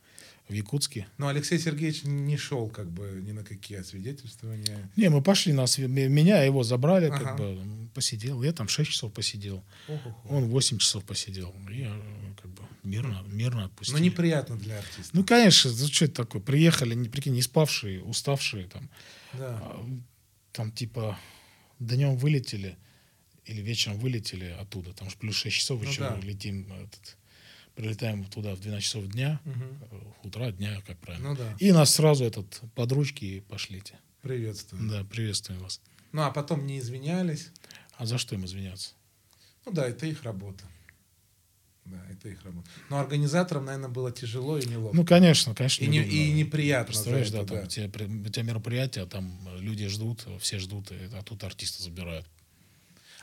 S1: В Якутске.
S2: Но Алексей Сергеевич не шел как бы ни на какие освидетельствования.
S1: Не, мы пошли, нас, м- меня его забрали,
S2: Ага.
S1: как бы м, посидел. Я там 6 часов посидел.
S2: Ох-ох-ох.
S1: Он 8 часов посидел. И Я э, как бы мирно, мирно
S2: Но
S1: отпустил.
S2: Ну, неприятно для артиста.
S1: Ну, конечно, что это такое? Приехали, не прикинь, не спавшие, уставшие там.
S2: Да.
S1: А, Там типа днем вылетели или вечером вылетели оттуда. Там же плюс 6 часов
S2: Ну
S1: еще
S2: да.
S1: летим. э, этот, прилетаем туда в 12 часов дня,
S2: Мгм.
S1: э, утра, дня, как правильно.
S2: Ну да,
S1: И нас сразу этот под ручки и пошлите.
S2: приветствую.
S1: Да, приветствуем вас.
S2: Ну а потом не извинялись.
S1: А за что им извиняться?
S2: Ну да, это их работа. Да, это их работа. Но организаторам, наверное, было тяжело и неловко.
S1: Ну, конечно, конечно.
S2: и, не-
S1: неудобно.
S2: и неприятно. за
S1: Представляешь, да,
S2: это,
S1: там у, тебя, при- у тебя мероприятие, а там э, люди ждут, э, все ждут, и- а тут артиста забирают.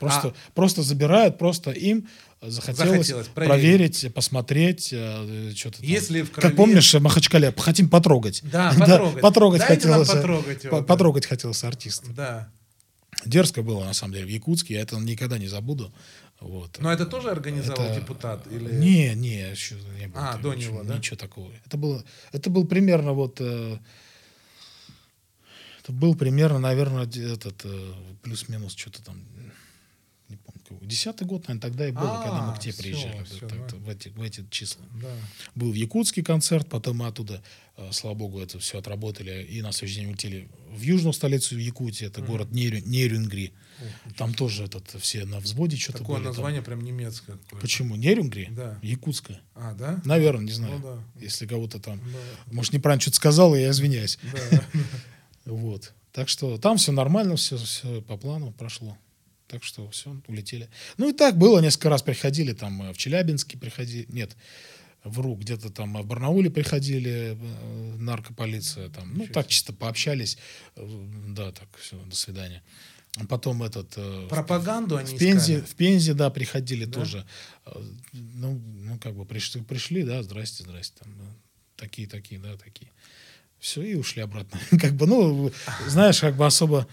S2: А
S1: Просто, просто забирают, просто им э, захотелось,
S2: Захотелось проверить.
S1: проверить. посмотреть, э, что-то
S2: Если в крови-
S1: Как помнишь, в Махачкале, «П- хотим потрогать.
S2: Да, потрогать.
S1: потрогать
S2: Дайте нам
S1: хотелось. э,
S2: потрогать его,
S1: по-
S2: да.
S1: потрогать хотелось артиста.
S2: Да.
S1: Дерзко было, на самом деле, в Якутске, я это никогда не забуду. Вот.
S2: Но это тоже организовал
S1: Это-
S2: депутат? Или...
S1: Не, не, еще не было.
S2: А,
S1: там
S2: до
S1: ничего-
S2: него, да?
S1: Ничего такого. Это было, это был примерно вот... э, это был примерно, наверное, де- этот э, плюс-минус что-то там... Не помню. какой. Десятый год, наверное, тогда и было, когда мы
S2: А,
S1: к тебе
S2: всё,
S1: приезжали.
S2: всё, ну
S1: Это- это
S2: да.
S1: в, эти, в эти числа.
S2: Да.
S1: Был в Якутске концерт, потом мы оттуда, э, слава богу, это все отработали. И на следующий день улетели в южную столицу Якутии, это город Нерю- Нерюнгри. Там тоже этот, все на взводе что-то
S2: Такое
S1: были там.
S2: название прям немецкое. какое-то.
S1: Почему? Нерюнгри?
S2: Да.
S1: Якутская.
S2: А, да?
S1: Наверное, не знаю.
S2: Ну да.
S1: Если кого-то там...
S2: Да.
S1: Может, неправильно что-то сказал, и я извиняюсь.
S2: Да.
S1: Вот. Так что там все нормально, все, все по плану прошло. Так что все, улетели. Ну и так было, несколько раз приходили, там э, в Челябинске приходили, нет, вру, где-то там э, в Барнауле приходили, э, наркополиция, там, ну
S2: Ничего
S1: так чисто пообщались, Э, да, так, все, до свидания. А Потом этот... э, в-
S2: Пропаганду они
S1: в Пензе,
S2: искали.
S1: в Пензе, да, приходили
S2: Да?
S1: тоже. Э, Ну, ну, как бы пришли, пришли, да, здрасте, здрасте, там, да. такие, такие, да, такие. Все, и ушли обратно. Как бы, ну, знаешь, как бы особо,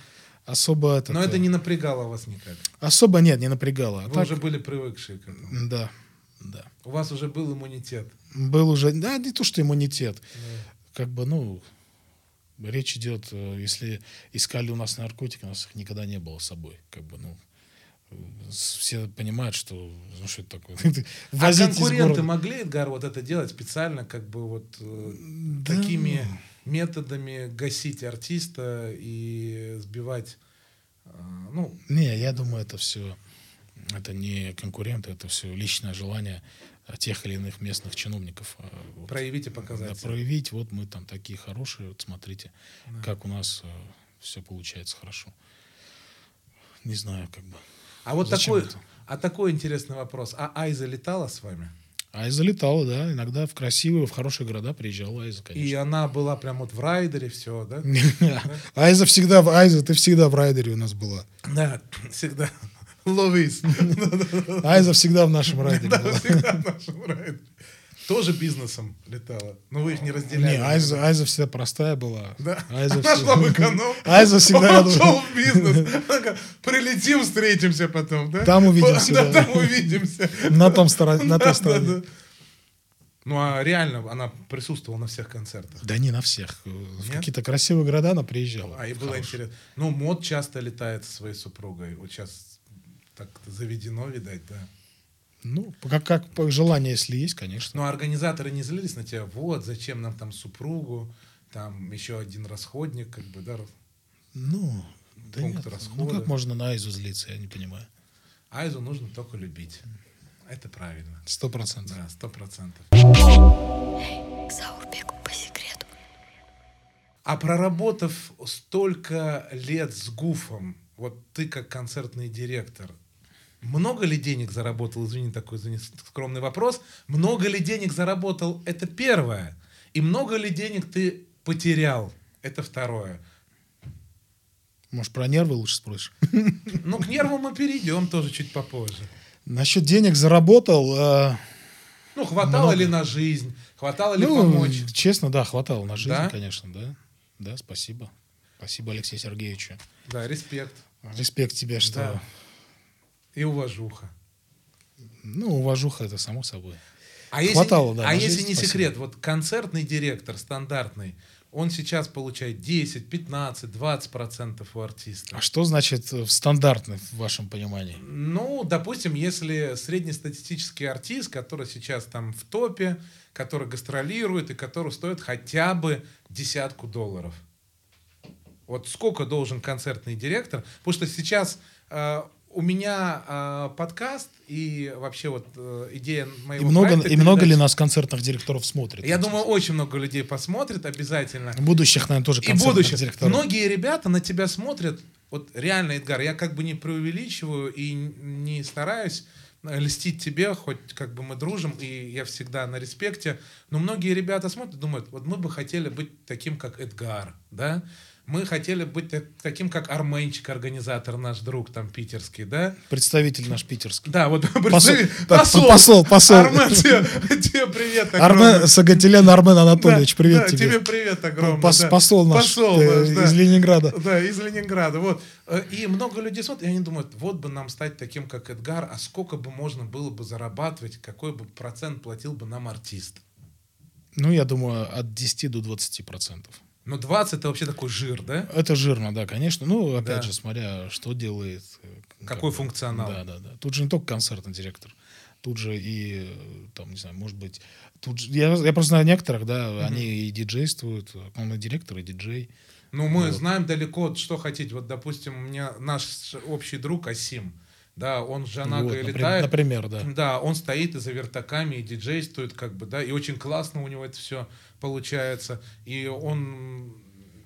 S1: особо это...
S2: Но это не напрягало вас никак.
S1: Особо нет, не напрягало. А
S2: Вы
S1: так,
S2: уже были привыкшие к этому.
S1: Да, да.
S2: У вас уже был иммунитет.
S1: Был уже, да, не то, что иммунитет. Как бы, ну, речь идет, э, если искали у нас наркотики, у нас их никогда не было с собой. Как бы, ну, э, с- все понимают, что, ну, что это такое. Возить
S2: а
S1: из
S2: конкуренты
S1: города.
S2: могли, Эдгар, вот это делать специально, как бы вот э, такими методами гасить артиста и сбивать, э, ну,
S1: Не, я думаю, это все, это не конкуренты, это все личное желание э, тех или иных местных чиновников. э, вот.
S2: проявить и
S1: Да,
S2: показать.
S1: проявить, вот мы там такие хорошие, вот смотрите, как у нас все получается хорошо. Не знаю, как бы.
S2: А вот
S1: Зачем
S2: такой,
S1: это?
S2: а такой интересный вопрос. А Айза летала с вами?
S1: Айза А залетала, да, иногда в красивые, в хорошие города приезжала Айза,
S2: И
S1: конечно.
S2: она была прям вот в райдере, все, да?
S3: Айза всегда, в- Айза, ты всегда в райдере у нас была.
S2: Да, всегда. Ловис.
S3: Айза всегда в нашем райдере
S2: Да,
S3: была.
S2: всегда в нашем райдере. Тоже бизнесом летала. Но вы их не разделяли.
S1: Не, Айза, Айза всегда простая была.
S2: Да.
S1: Айза
S2: Она шла в
S1: всегда-
S2: эконом.
S1: Айза всегда
S2: Он
S1: рядом.
S2: шел в бизнес. Она такая, Прилетим, встретимся потом, да?
S3: Там увидимся,
S2: Да,
S3: да.
S2: там увидимся.
S3: На том стороне, на
S2: Да,
S3: той
S2: да,
S3: стороне.
S2: да. Ну, а реально она присутствовала на всех концертах.
S1: Да не на всех. э, В
S2: Нет?
S1: какие-то красивые города она приезжала.
S2: А, и было
S1: Хорошие.
S2: интересно. Ну, мод часто летает со своей супругой. Вот сейчас так заведено, видать, да.
S1: Ну, по- как, как по- желание, если есть, конечно.
S2: Ну, а организаторы не злились на тебя. Вот, зачем нам там супругу, там еще один расходник, как бы, да.
S1: Ну, да
S2: Пункт
S1: нет. ну
S2: расхода.
S1: как можно на Айзу злиться, я не понимаю.
S2: Айзу нужно только любить. Это правильно.
S1: Сто процентов.
S2: Да, сто процентов.
S4: Заурбеку по секрету.
S2: А проработав столько лет с Гуфом, вот ты как концертный директор, Много ли денег заработал, извини, такой за нес- скромный вопрос, много ли денег заработал, это первое. И много ли денег ты потерял, это второе.
S1: Может, про нервы лучше спросишь?
S2: Ну, к нерву мы перейдем тоже чуть попозже.
S1: Насчет денег заработал. э,
S2: Ну, хватало ли на жизнь, хватало ли
S1: ну,
S2: помочь.
S1: честно, да, хватало на жизнь,
S2: Да?
S1: конечно, да. Да, спасибо. Спасибо Алексею Сергеевичу.
S2: Да, респект
S1: Респект тебе, что...
S2: Да. и уважуха.
S1: Ну, уважуха это само собой.
S2: А
S1: Хватало,
S2: если,
S1: да,
S2: А
S1: на
S2: если
S1: жизнь,
S2: не
S1: спасибо.
S2: секрет, вот концертный директор стандартный, он сейчас получает 10, 15, 20 процентов у артиста.
S1: А что значит э, в стандартный в вашем понимании?
S2: Ну, допустим, если среднестатистический артист, который сейчас там в топе, который гастролирует и который стоит хотя бы десятку долларов. Вот сколько должен концертный директор? Потому что сейчас э, у меня э, подкаст и вообще вот э, идея
S1: И
S2: моего
S1: много,
S2: проекта
S1: и много ли
S2: передачи.
S1: нас концертных директоров смотрит?
S2: Я думаю, очень много людей посмотрит обязательно.
S1: Ну, будущих, наверное, тоже
S2: И
S1: концертных
S2: будущее.
S1: директоров.
S2: Многие ребята на тебя смотрят. Вот реально, Эдгар, я как бы не преувеличиваю и н- не стараюсь э, льстить тебе, хоть как бы мы дружим, и я всегда на респекте. Но многие ребята смотрят, думают, вот мы бы хотели быть таким, как Эдгар, да? Мы хотели быть та- таким, как Арменчик, организатор наш друг там питерский, да?
S1: Представитель наш питерский.
S2: Да, вот
S1: Посол-
S2: представь,
S1: так, посол, посол.
S2: Армен, тебе, тебе привет огромный.
S3: Армен Сагателян Армен Анатольевич,
S2: Да,
S3: привет
S2: да,
S3: тебе.
S2: тебе привет огромный.
S3: Пос-
S2: да.
S3: Посол наш
S2: Посол
S3: э,
S2: наш, да.
S3: из Ленинграда.
S2: Да, из Ленинграда. Вот. Э, И много людей смотрят, и они думают, вот бы нам стать таким, как Эдгар, а сколько бы можно было бы зарабатывать, какой бы процент платил бы нам артист.
S1: Ну, я думаю, от 10 до 20 процентов.
S2: Ну, 20 это вообще такой жир, да?
S1: Это жирно, да, конечно. Ну, опять
S2: Да.
S1: же, смотря, что делает. э, как
S2: Какой
S1: бы.
S2: функционал.
S1: Да, да, да. Тут же не только концертный директор. Тут же и, э, там, не знаю, может быть... Тут же- я, я просто знаю некоторых, да, они и диджействуют. Он и директор, и диджей.
S2: Ну, мы
S1: Вот.
S2: знаем далеко, вот что хотите. Вот, допустим, у меня наш общий друг Асим, да, он с Жанагой
S1: Вот, напри-
S2: летает.
S1: Например, да.
S2: Да, он стоит и за вертаками, и диджействует, как бы, да, и очень классно у него это все получается. И он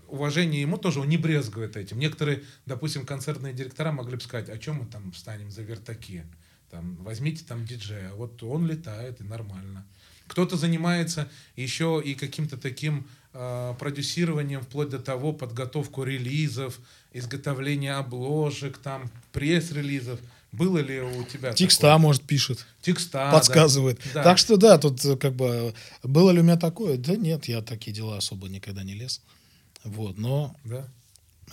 S2: уважение ему тоже, он не брезгует этим. Некоторые, допустим, концертные директора могли бы сказать, а чем мы там встанем за вертаки? Там, возьмите там диджея. Вот он летает, и нормально. Кто-то занимается еще и каким-то таким э, продюсированием, вплоть до того, подготовку релизов, изготовление обложек, там, пресс-релизов. Было ли у тебя
S1: Текста, может, пишет.
S2: Текста.
S1: подсказывает.
S2: А, да.
S1: Так что да, тут э, как бы было ли у меня такое? Да нет, я в такие дела особо никогда не лез. Вот, но,
S2: Да.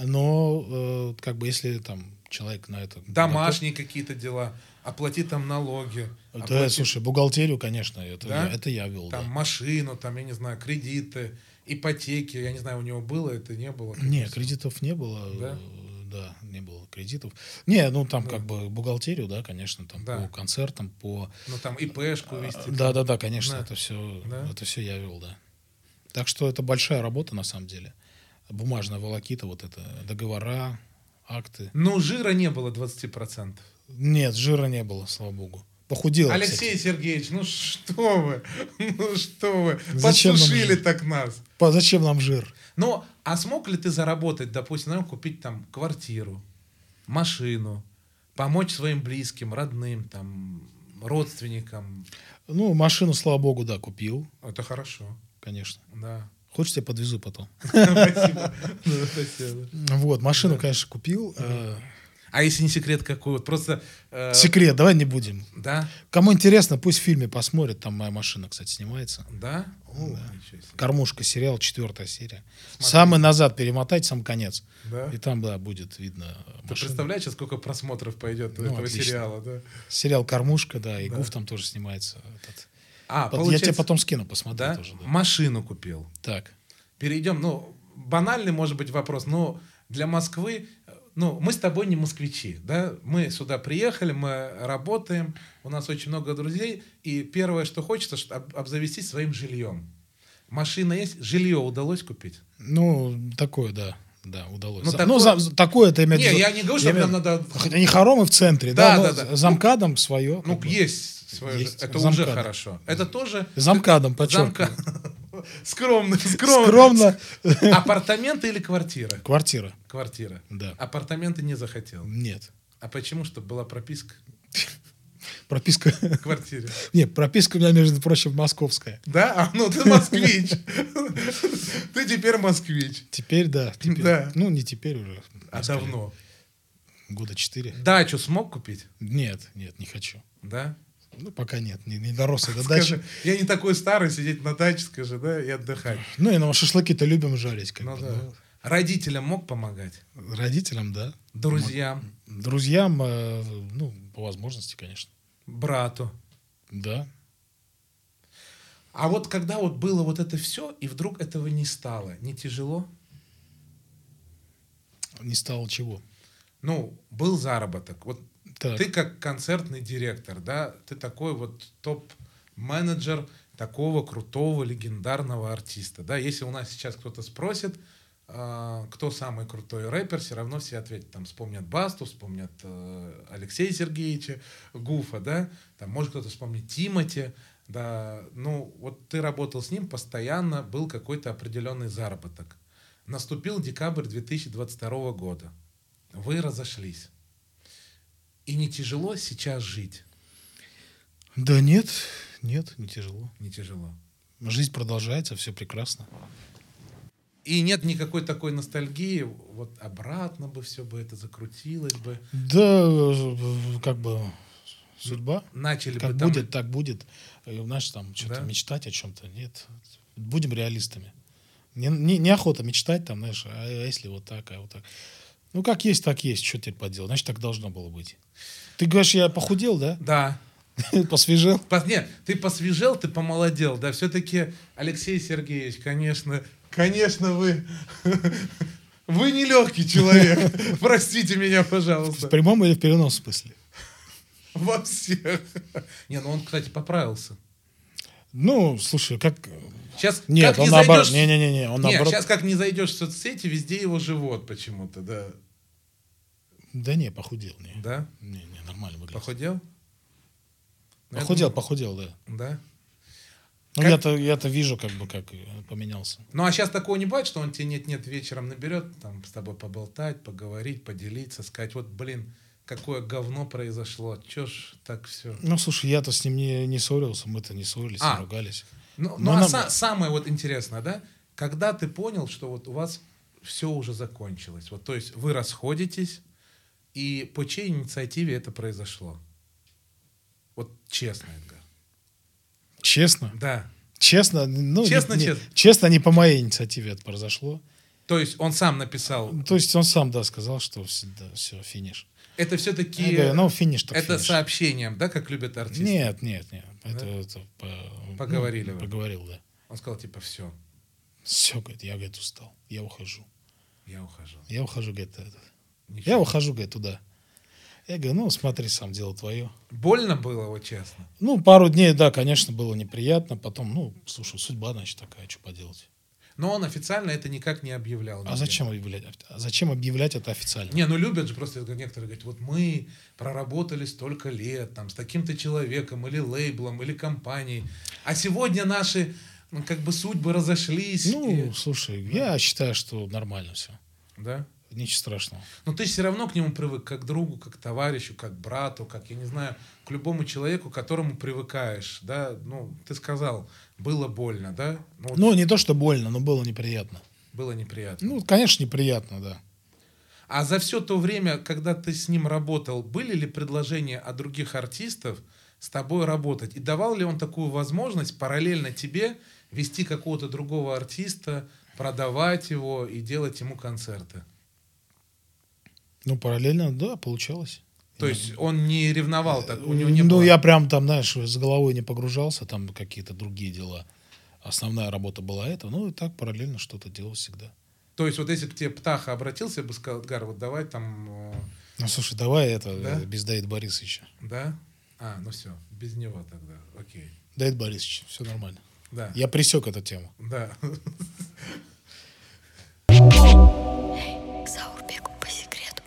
S1: но э, как бы если там человек на это
S2: Домашние какие-то дела. Оплати там налоги.
S1: готов- Да,
S2: оплати
S1: слушай, бухгалтерию, конечно, это,
S2: А Да?
S1: я, это я вел. да.
S2: там машину, там, я не знаю, кредиты, ипотеки. Я не знаю, у него было это, не было. Как
S1: Не,
S2: это
S1: кредитов не было.
S2: Да?
S1: э, Да, не было кредитов. Не, ну там
S2: Да.
S1: как бы бухгалтерию, да, конечно, там
S2: Да.
S1: по концертам, по
S2: всё? Ну, там
S1: А,
S2: ИПшку вести.
S1: Да, да, да, конечно,
S2: Да.
S1: это все,
S2: Да.
S1: это все я вел, да. Так что это большая работа на самом деле. Бумажная волокита, вот это договора, акты.
S2: Ну, жира не было 20%.
S1: Нет, жира не было, слава богу. Похудел.
S2: Алексей Сергеевич, ну что вы? Ну что вы?
S1: Зачем нам
S2: Подсушили
S1: жир?
S2: так нас.
S1: зачем нам жир?
S2: Ну, а смог ли ты заработать, допустим, ну, купить там квартиру, машину, помочь своим близким, родным, там, родственникам?
S1: Ну, машину, слава богу, да, купил,
S2: Это хорошо,
S1: конечно.
S2: да.
S1: Хочешь, я подвезу потом.
S2: Спасибо. Ну, спасибо.
S1: Вот, машину, конечно, купил. Э,
S2: А если не секрет какой? Вот просто... э,
S1: Секрет, давай не будем.
S2: Да?
S1: Кому интересно, пусть в фильме посмотрят. Там моя машина, кстати, снимается.
S2: Да? Да, ничего себе.
S1: Кормушка, сериал, четвертая серия. Самый назад перемотать, сам конец.
S2: Да?
S1: И там, да, будет видно
S2: Ты
S1: машина.
S2: представляешь, сейчас сколько просмотров пойдет у
S1: Ну,
S2: этого
S1: отлично.
S2: сериала, да?
S1: Сериал «Кормушка», да, и «Гуф» там тоже снимается. этот.
S2: А,
S1: Вот Я
S2: получается,
S1: тебе потом скину, посмотри
S2: да?
S1: тоже. да.
S2: Машину купил.
S1: Так,
S2: Перейдем, ну, банальный, может быть, вопрос, но для Москвы, э, ну, мы с тобой не москвичи, да, мы сюда приехали, мы работаем, у нас очень много друзей, и первое, что хочется, что об- обзавестись своим жильем. Машина есть, жилье удалось купить?
S1: ну, такое, да, да, удалось.
S2: Ну,
S1: За-
S2: такое-
S1: Ну, за- за- такое, это имеет... в
S2: Не,
S1: виду-
S2: я не говорю, что
S1: имею-
S2: нам надо...
S1: Хотя не хоромы в центре, да,
S2: Да,
S1: но
S2: да, да.
S1: с- замкадом свое.
S2: Ну,
S1: как бы.
S2: есть свое
S1: Есть.
S2: жилье, это
S1: Замкадом.
S2: уже хорошо. Это тоже...
S1: Замкадом, подчеркиваю.
S2: Замка... Скромно, скромно.
S1: Скромно.
S2: Апартаменты или квартира?
S1: Квартира,
S2: Квартира.
S1: да.
S2: Апартаменты не захотел.
S1: Нет.
S2: А почему? Чтобы была прописка?
S1: Прописка...
S2: квартире.
S1: Нет, прописка у меня, между прочим, московская.
S2: Да? А, ну ты москвич. Ты теперь москвич.
S1: Теперь, да. Теперь.
S2: Да.
S1: Ну, не теперь уже.
S2: А
S1: скорее,
S2: давно.
S1: Года четыре.
S2: Дачу смог купить?
S1: Нет, нет, не хочу.
S2: Да?
S1: Ну, пока нет, не, не дорос я до
S2: Скажи,
S1: дачи.
S2: я не такой старый, сидеть на даче, скажи, да, и отдыхать.
S1: Ну, и ну, шашлыки-то любим жарить. Как
S2: Ну
S1: бы,
S2: да. Родителям мог помогать?
S1: ну. Родителям, да.
S2: Друзьям?
S1: Друзьям, э, ну, по возможности, конечно.
S2: Брату?
S1: Да.
S2: А вот когда вот было вот это все, и вдруг этого не стало, не тяжело?
S1: Не стало чего.
S2: Ну, был заработок. Вот
S1: Так.
S2: ты как концертный директор, да, ты такой вот топ-менеджер такого крутого легендарного артиста, да. Если у нас сейчас кто-то спросит, а, кто самый крутой рэпер, все равно все ответят, там вспомнят Басту, вспомнят э, Алексея Сергеевича Гуфа, да, там может кто-то вспомнит Тимати, да, ну вот ты работал с ним постоянно, был какой-то определенный заработок. Наступил декабрь 2022 года. Вы разошлись. И не тяжело сейчас жить?
S1: Да нет, нет, не тяжело.
S2: Не тяжело.
S1: Жизнь продолжается, все прекрасно.
S2: И нет никакой такой ностальгии, вот обратно бы все бы это закрутилось бы.
S1: Да, э, как бы судьба.
S2: Начали
S1: Как
S2: бы там-
S1: будет, так будет. Э, Знаешь, там что-то
S2: Да?
S1: мечтать о чем-то. Нет. Будем реалистами. Не, не- неохота мечтать, там, знаешь, а, если вот так, а вот так. Ну, как есть, так есть. Что теперь поделать? Значит, так должно было быть. Ты говоришь, я похудел, да?
S2: Да.
S1: Посвежел?
S2: По- Нет, ты посвежел, ты помолодел, да, все-таки, Алексей Сергеевич, конечно, конечно, вы... Вы нелегкий человек. Простите меня,
S1: В
S2: пожалуйста.
S1: прямом или в переносном смысле?
S2: Во всех. Не, ну он, кстати, поправился.
S1: Ну, слушай, как...
S2: Сейчас
S1: Нет,
S2: как
S1: он
S2: не
S1: наоборот.
S2: зайдешь-
S1: Не-не-не, он
S2: Не,
S1: наоборот.
S2: сейчас как не зайдешь в соцсети, везде его живот почему-то, да.
S1: Да не, похудел. Не.
S2: Да?
S1: Не, не, нормально выглядит.
S2: Похудел? Ну, я
S1: Похудел,
S2: думаю,
S1: похудел, да.
S2: Да.
S1: Ну,
S2: Как-
S1: я-то, я-то вижу, как бы, как э, поменялся.
S2: Ну, а сейчас такого не бывает, что он тебе нет-нет вечером наберет, там, с тобой поболтать, поговорить, поделиться, сказать, вот, блин, какое говно произошло, чё ж так все.
S1: Ну, слушай, я-то с ним не, не ссорился, мы-то не ссорились,
S2: А.
S1: не ругались.
S2: Ну, ну,
S1: Ну,
S2: а
S1: нам-
S2: са- самое вот интересное, да, когда ты понял, что вот у вас все уже закончилось, вот, то есть вы расходитесь, и по чьей инициативе это произошло? Вот честно, Эдгар.
S1: Честно?
S2: Да.
S1: Честно, ну, не-
S2: Честно,
S1: не,
S2: честно.
S1: честно, не по моей инициативе это произошло.
S2: То есть он сам написал.
S1: То есть он сам, да, сказал, что все, финиш.
S2: Это
S1: Я
S2: все-таки...
S1: говорю, ну, финиш так
S2: это
S1: финиш.
S2: сообщением, да, как любят артисты?
S1: Нет, нет, нет. Это,
S2: Да?
S1: это по-
S2: Поговорили
S1: ну,
S2: вы.
S1: поговорил, да.
S2: Он сказал, типа, все,
S1: Все, говорит, я, говорит, устал. Я ухожу.
S2: я ухожу.
S1: Я ухожу, говорит, это-
S2: Ничего.
S1: я ухожу, говорит, туда. Я говорю, ну, смотри, сам дело твое.
S2: Больно было, вот честно.
S1: Ну, пару дней, да, конечно, было неприятно. Потом, ну, слушай, судьба, значит, такая, что поделать.
S2: Но он официально это никак не объявлял.
S1: А
S2: нигде.
S1: зачем объявлять? А зачем объявлять это официально?
S2: Не, ну любят же просто некоторые говорят, вот мы проработали столько лет там с таким-то человеком или лейблом или компанией, а сегодня наши ну, как бы судьбы разошлись.
S1: Ну,
S2: и-
S1: слушай, я считаю, что нормально все.
S2: да.
S1: Ничего страшного.
S2: Но ты все равно к нему привык как к другу, как к товарищу, как к брату, как, я не знаю, к любому человеку, к которому привыкаешь, да, ну, ты сказал, было больно, да, ну, вот
S1: Ну, не то, что больно, но было неприятно.
S2: было неприятно.
S1: Ну, конечно, неприятно, да.
S2: А за все то время, когда ты с ним работал, были ли предложения от других артистов с тобой работать? И давал ли он такую возможность параллельно тебе вести какого-то другого артиста, продавать его и делать ему концерты?
S1: Ну, параллельно, да, получалось.
S2: То есть он не ревновал так, у него не
S1: Ну,
S2: было...
S1: я прям там, знаешь, с головой не погружался, там какие-то другие дела. Основная работа была это. Ну, и так параллельно что-то делал всегда.
S2: То есть вот если бы к тебе Птаха обратился, я бы сказал, Гар, вот давай там... э,
S1: Ну, слушай, давай это
S2: Да?
S1: э, без Давида Борисовича.
S2: Да? А, ну все, без него тогда, окей.
S1: Давид Борисович, все нормально.
S2: Да,
S1: Я пресек эту тему.
S2: да.
S4: Заурбеку по секрету.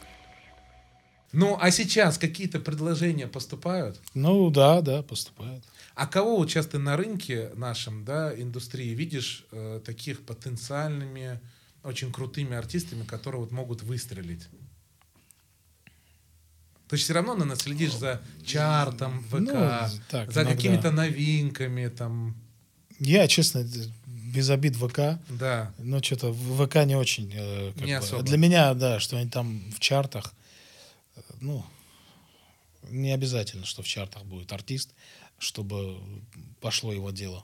S2: Ну, а сейчас какие-то предложения поступают?
S1: Ну, да, да, поступает.
S2: А кого вот сейчас ты на рынке нашем, да, индустрии видишь э, таких потенциальными, очень крутыми артистами, которые вот могут выстрелить? То есть все равно, наверное, следишь за чартом ВК,
S1: Ну, так,
S2: за
S1: иногда.
S2: какими-то новинками там,
S1: Я, честно, д- без обид Ну, ВК,
S2: да.
S1: но что-то ВК не очень. э, как
S2: Не
S1: бы.
S2: особо.
S1: Для меня, да, что они там в чартах, э, ну, не обязательно, что в чартах будет артист, чтобы пошло его дело.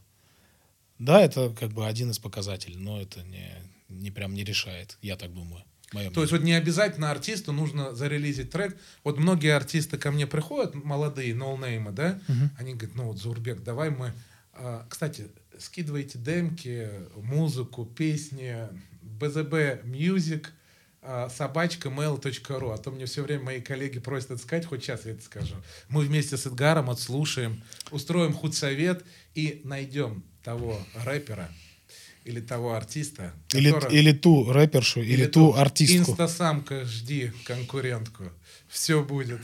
S1: Да, это как бы один из показателей, но это не, не прям не решает, я так думаю. Моё
S2: То есть вот не обязательно артисту нужно зарелизить трек. Вот многие артисты ко мне приходят, молодые, ноунеймы, да, они говорят, ну вот, Зурбек, давай мы... а, Кстати, скидывайте демки, музыку, песни, bzb music, а, собачка mail.ru. А то мне все время мои коллеги просят это сказать, хоть сейчас я это скажу. Мы вместе с Эдгаром отслушаем, устроим худсовет и найдем того рэпера или того артиста,
S1: Или,
S2: которого-
S1: или ту рэпершу, или, ту артистку.
S2: Инстасамка, жди конкурентку. Все будет.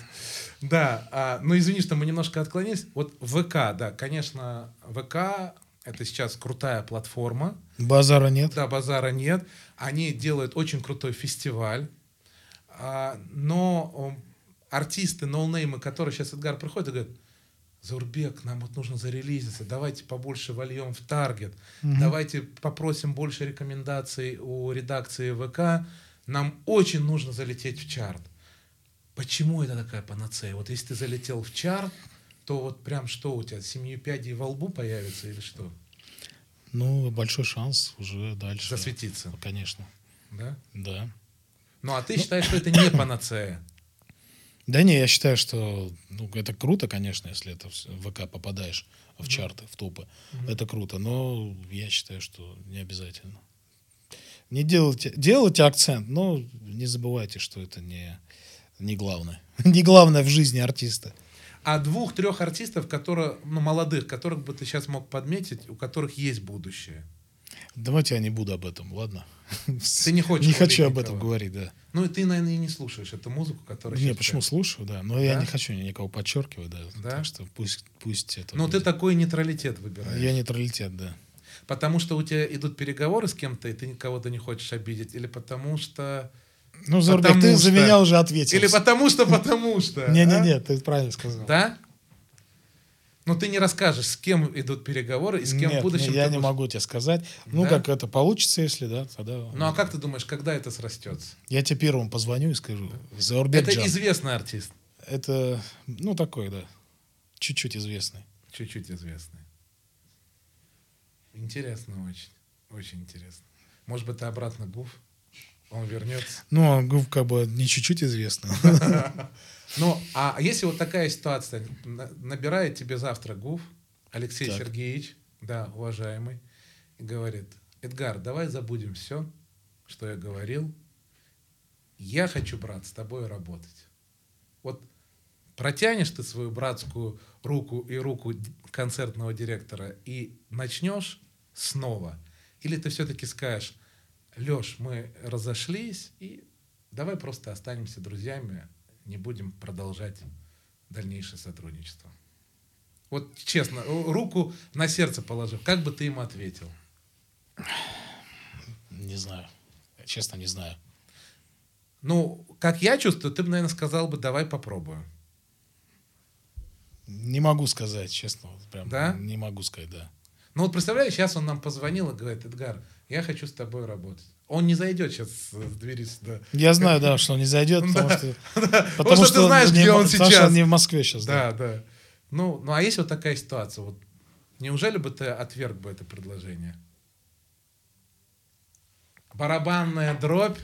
S2: Да, а, ну извини, что мы немножко отклонились. Вот ВК, да, конечно, ВК это сейчас крутая платформа.
S1: Базара нет.
S2: Да, базара нет. Они делают очень крутой фестиваль. А, но м, артисты, ноунеймы, которые сейчас Эдгар приходит и говорит, Заурбек, нам вот нужно зарелизиться, давайте побольше вольем в таргет, давайте попросим больше рекомендаций у редакции ВК, нам очень нужно залететь в чарт. Почему это такая панацея? Вот если ты залетел в чарт, то вот прям что у тебя, семью пядей во лбу появится или что?
S1: Ну, большой шанс уже дальше.
S2: Засветиться,
S1: Конечно,
S2: да?
S1: да.
S2: Ну, а ты считаешь, что это не панацея?
S1: Да не, я считаю, что ну, это круто, конечно, если это в с- в ВК попадаешь в чарты, в топы. Это круто, но я считаю, что не обязательно. Не делайте, делайте акцент, но не забывайте, что это не, не главное. Не главное в жизни артиста.
S2: А двух-трех артистов, которые, ну, молодых, которых бы ты сейчас мог подметить, у которых есть будущее.
S1: Давайте я не буду об этом, ладно?
S2: Ты не хочешь
S1: Не хочу
S2: хвалить
S1: об этом
S2: никого?
S1: говорить, да.
S2: Ну, и ты, наверное, и не слушаешь эту музыку, которая...
S1: Не,
S2: сейчас
S1: почему
S2: играет.
S1: слушаю, да. Но я
S2: Да?
S1: не хочу никого подчеркивать, да.
S2: Да?
S1: Так что пусть, пусть это.
S2: Ну, ты
S1: будет. Э,
S2: такой нейтралитет выбираешь.
S1: Я нейтралитет, да.
S2: Потому что у тебя идут переговоры с кем-то, и ты кого-то не хочешь обидеть. Или потому что...
S1: Ну, Зорбек,
S2: Потому
S1: ты за
S2: что-
S1: меня уже ответил.
S2: Или потому что, потому что. а?
S1: Не-не-не, ты правильно сказал.
S2: Да? Но ты не расскажешь, с кем идут переговоры и с кем
S1: Нет,
S2: в будущем
S1: не, я
S2: ты
S1: не
S2: будешь-
S1: могу тебе сказать. Ну,
S2: Да?
S1: как это получится, если, да, тогда...
S2: Ну, а как ты думаешь, когда это срастется?
S1: Я тебе первым позвоню и скажу. Заурбек
S2: Это
S1: это,
S2: известный артист.
S1: это, ну, такой, да, чуть-чуть известный.
S2: Чуть-чуть известный. Интересно очень. Очень интересно. Может быть, ты обратно гуф? Он вернется.
S1: Ну, он, ну, как бы не чуть-чуть известный.
S2: Ну, а если вот такая ситуация, на- набирает тебе завтра гуф, Алексей
S1: Так.
S2: Сергеевич, да, уважаемый, и говорит, Эдгар, давай забудем все, что я говорил. Я хочу, брат, с тобой работать. Вот протянешь ты свою братскую руку и руку д- концертного директора и начнешь снова? Или ты все-таки скажешь, Леш, мы разошлись, и давай просто останемся друзьями, не будем продолжать дальнейшее сотрудничество? Вот честно, ру- руку на сердце положив, как бы ты им ответил?
S1: Не знаю. Честно, не знаю.
S2: Ну, как я чувствую, ты бы, наверное, сказал бы, давай попробуем.
S1: Не могу сказать, честно. вот прям
S2: Да?
S1: Не могу сказать, да.
S2: Ну вот представляешь, сейчас он нам позвонил и говорит, Эдгар, я хочу с тобой работать. Он не зайдет сейчас с с двери сюда.
S1: Я знаю, да, что он не зайдет, потому
S2: Да.
S1: что...
S2: Потому что ты знаешь,
S1: не
S2: где
S1: в-
S2: он
S1: потому что
S2: сейчас.
S1: не в Москве сейчас, да.
S2: Да, да. Ну, ну а если вот такая ситуация, вот неужели бы ты отверг бы это предложение? Барабанная дробь.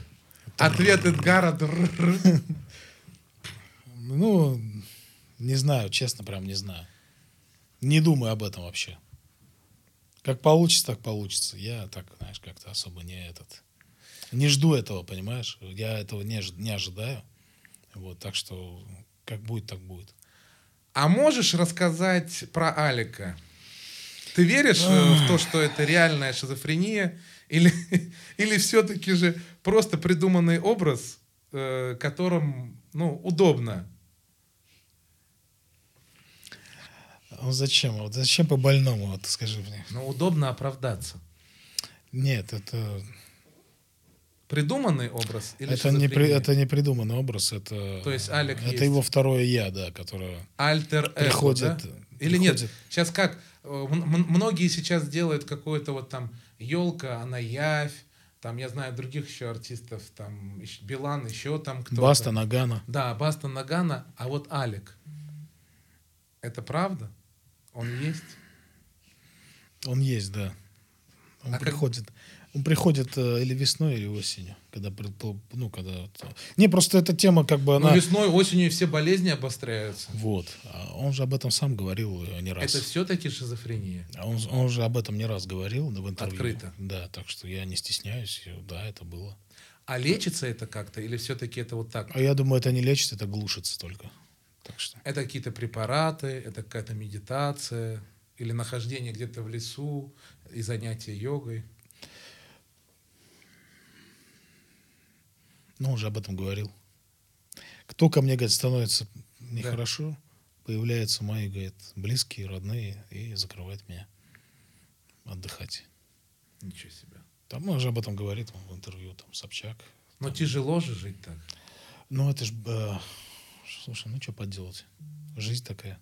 S2: Ответ Эдгара. др-р-р.
S1: Ну, не знаю, честно, прям не знаю. Не думаю об этом вообще. Как получится, так получится. Я так, знаешь, как-то особо не этот... Не жду этого, понимаешь? Я этого не, ж- не ожидаю. Вот, так что как будет, так будет.
S2: А можешь рассказать про Алика? Ты веришь э, в то, что это реальная шизофрения? Или, или все-таки же просто придуманный образ, э, которым ну, удобно?
S1: Ну, зачем? Вот зачем по-больному, вот скажи мне.
S2: Ну, удобно оправдаться.
S1: Нет, это...
S2: придуманный образ? Или
S1: это, не при-
S2: шизофрения?
S1: это не придуманный образ, это...
S2: То есть Алик
S1: Это
S2: есть.
S1: его второе я, да, которое...
S2: Альтер
S1: Приходит,
S2: приходит. Или нет?
S1: приходит.
S2: Сейчас как? Э, м- м- Многие сейчас делают какую-то вот там елка, она явь. Там, я знаю, других еще артистов, там, еще Билан, еще там кто-то.
S1: Баста, Нагана.
S2: Да, Баста Нагана, а вот Алик. Это правда? Он есть?
S1: Он есть, да. Он
S2: А как-
S1: приходит. Он приходит э, или весной, или осенью, когда предпо- ну когда вот, э, не просто эта тема как бы она
S2: Ну, весной, осенью все болезни обостряются.
S1: вот. А Он же об этом сам говорил э, не раз.
S2: Это все-таки шизофрения.
S1: А Он, он же об этом не раз говорил да, в интервью.
S2: Открыто.
S1: Да, так что я не стесняюсь. и Да, это было.
S2: А лечится это как-то? Или все-таки это вот так?
S1: А я думаю, это не лечится, это глушится только. Так что
S2: Это какие-то препараты, это какая-то медитация или нахождение где-то в лесу и занятие йогой.
S1: Ну, он же об этом говорил. Кто ко мне, говорит, становится нехорошо, появляются мои, говорит, близкие, родные и закрывает меня отдыхать.
S2: Ничего себе.
S1: Там он же об этом говорит он в интервью, там, Собчак.
S2: Но тяжело же жить так.
S1: Ну, это ж, э, слушай, ну, что поделать? Жизнь такая.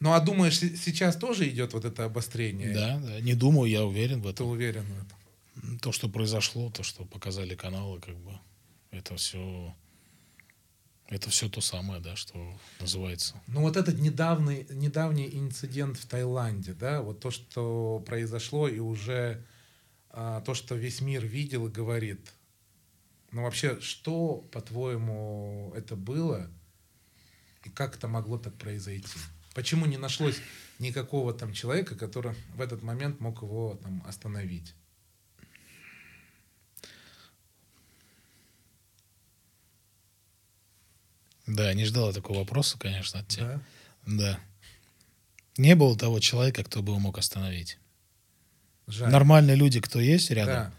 S2: Ну а думаешь, се- сейчас тоже идет вот это обострение?
S1: Да, да, не думаю, я уверен в
S2: Ты
S1: этом.
S2: уверен в этом?
S1: То, что произошло, то, что показали каналы, как бы, это все... Это все то самое, да, что называется.
S2: Ну вот этот недавний, недавний инцидент в Таиланде, да, вот то, что произошло и уже а, то, что весь мир видел и говорит. Ну вообще, что, по-твоему, это было и как это могло так произойти? Почему не нашлось никакого там человека, который в этот момент мог его там остановить?
S1: Да, не ждала такого вопроса, конечно, от тебя.
S2: Да?
S1: Да. Не было того человека, кто бы его мог остановить.
S2: Жаль.
S1: Нормальные люди, кто есть рядом,
S2: Да.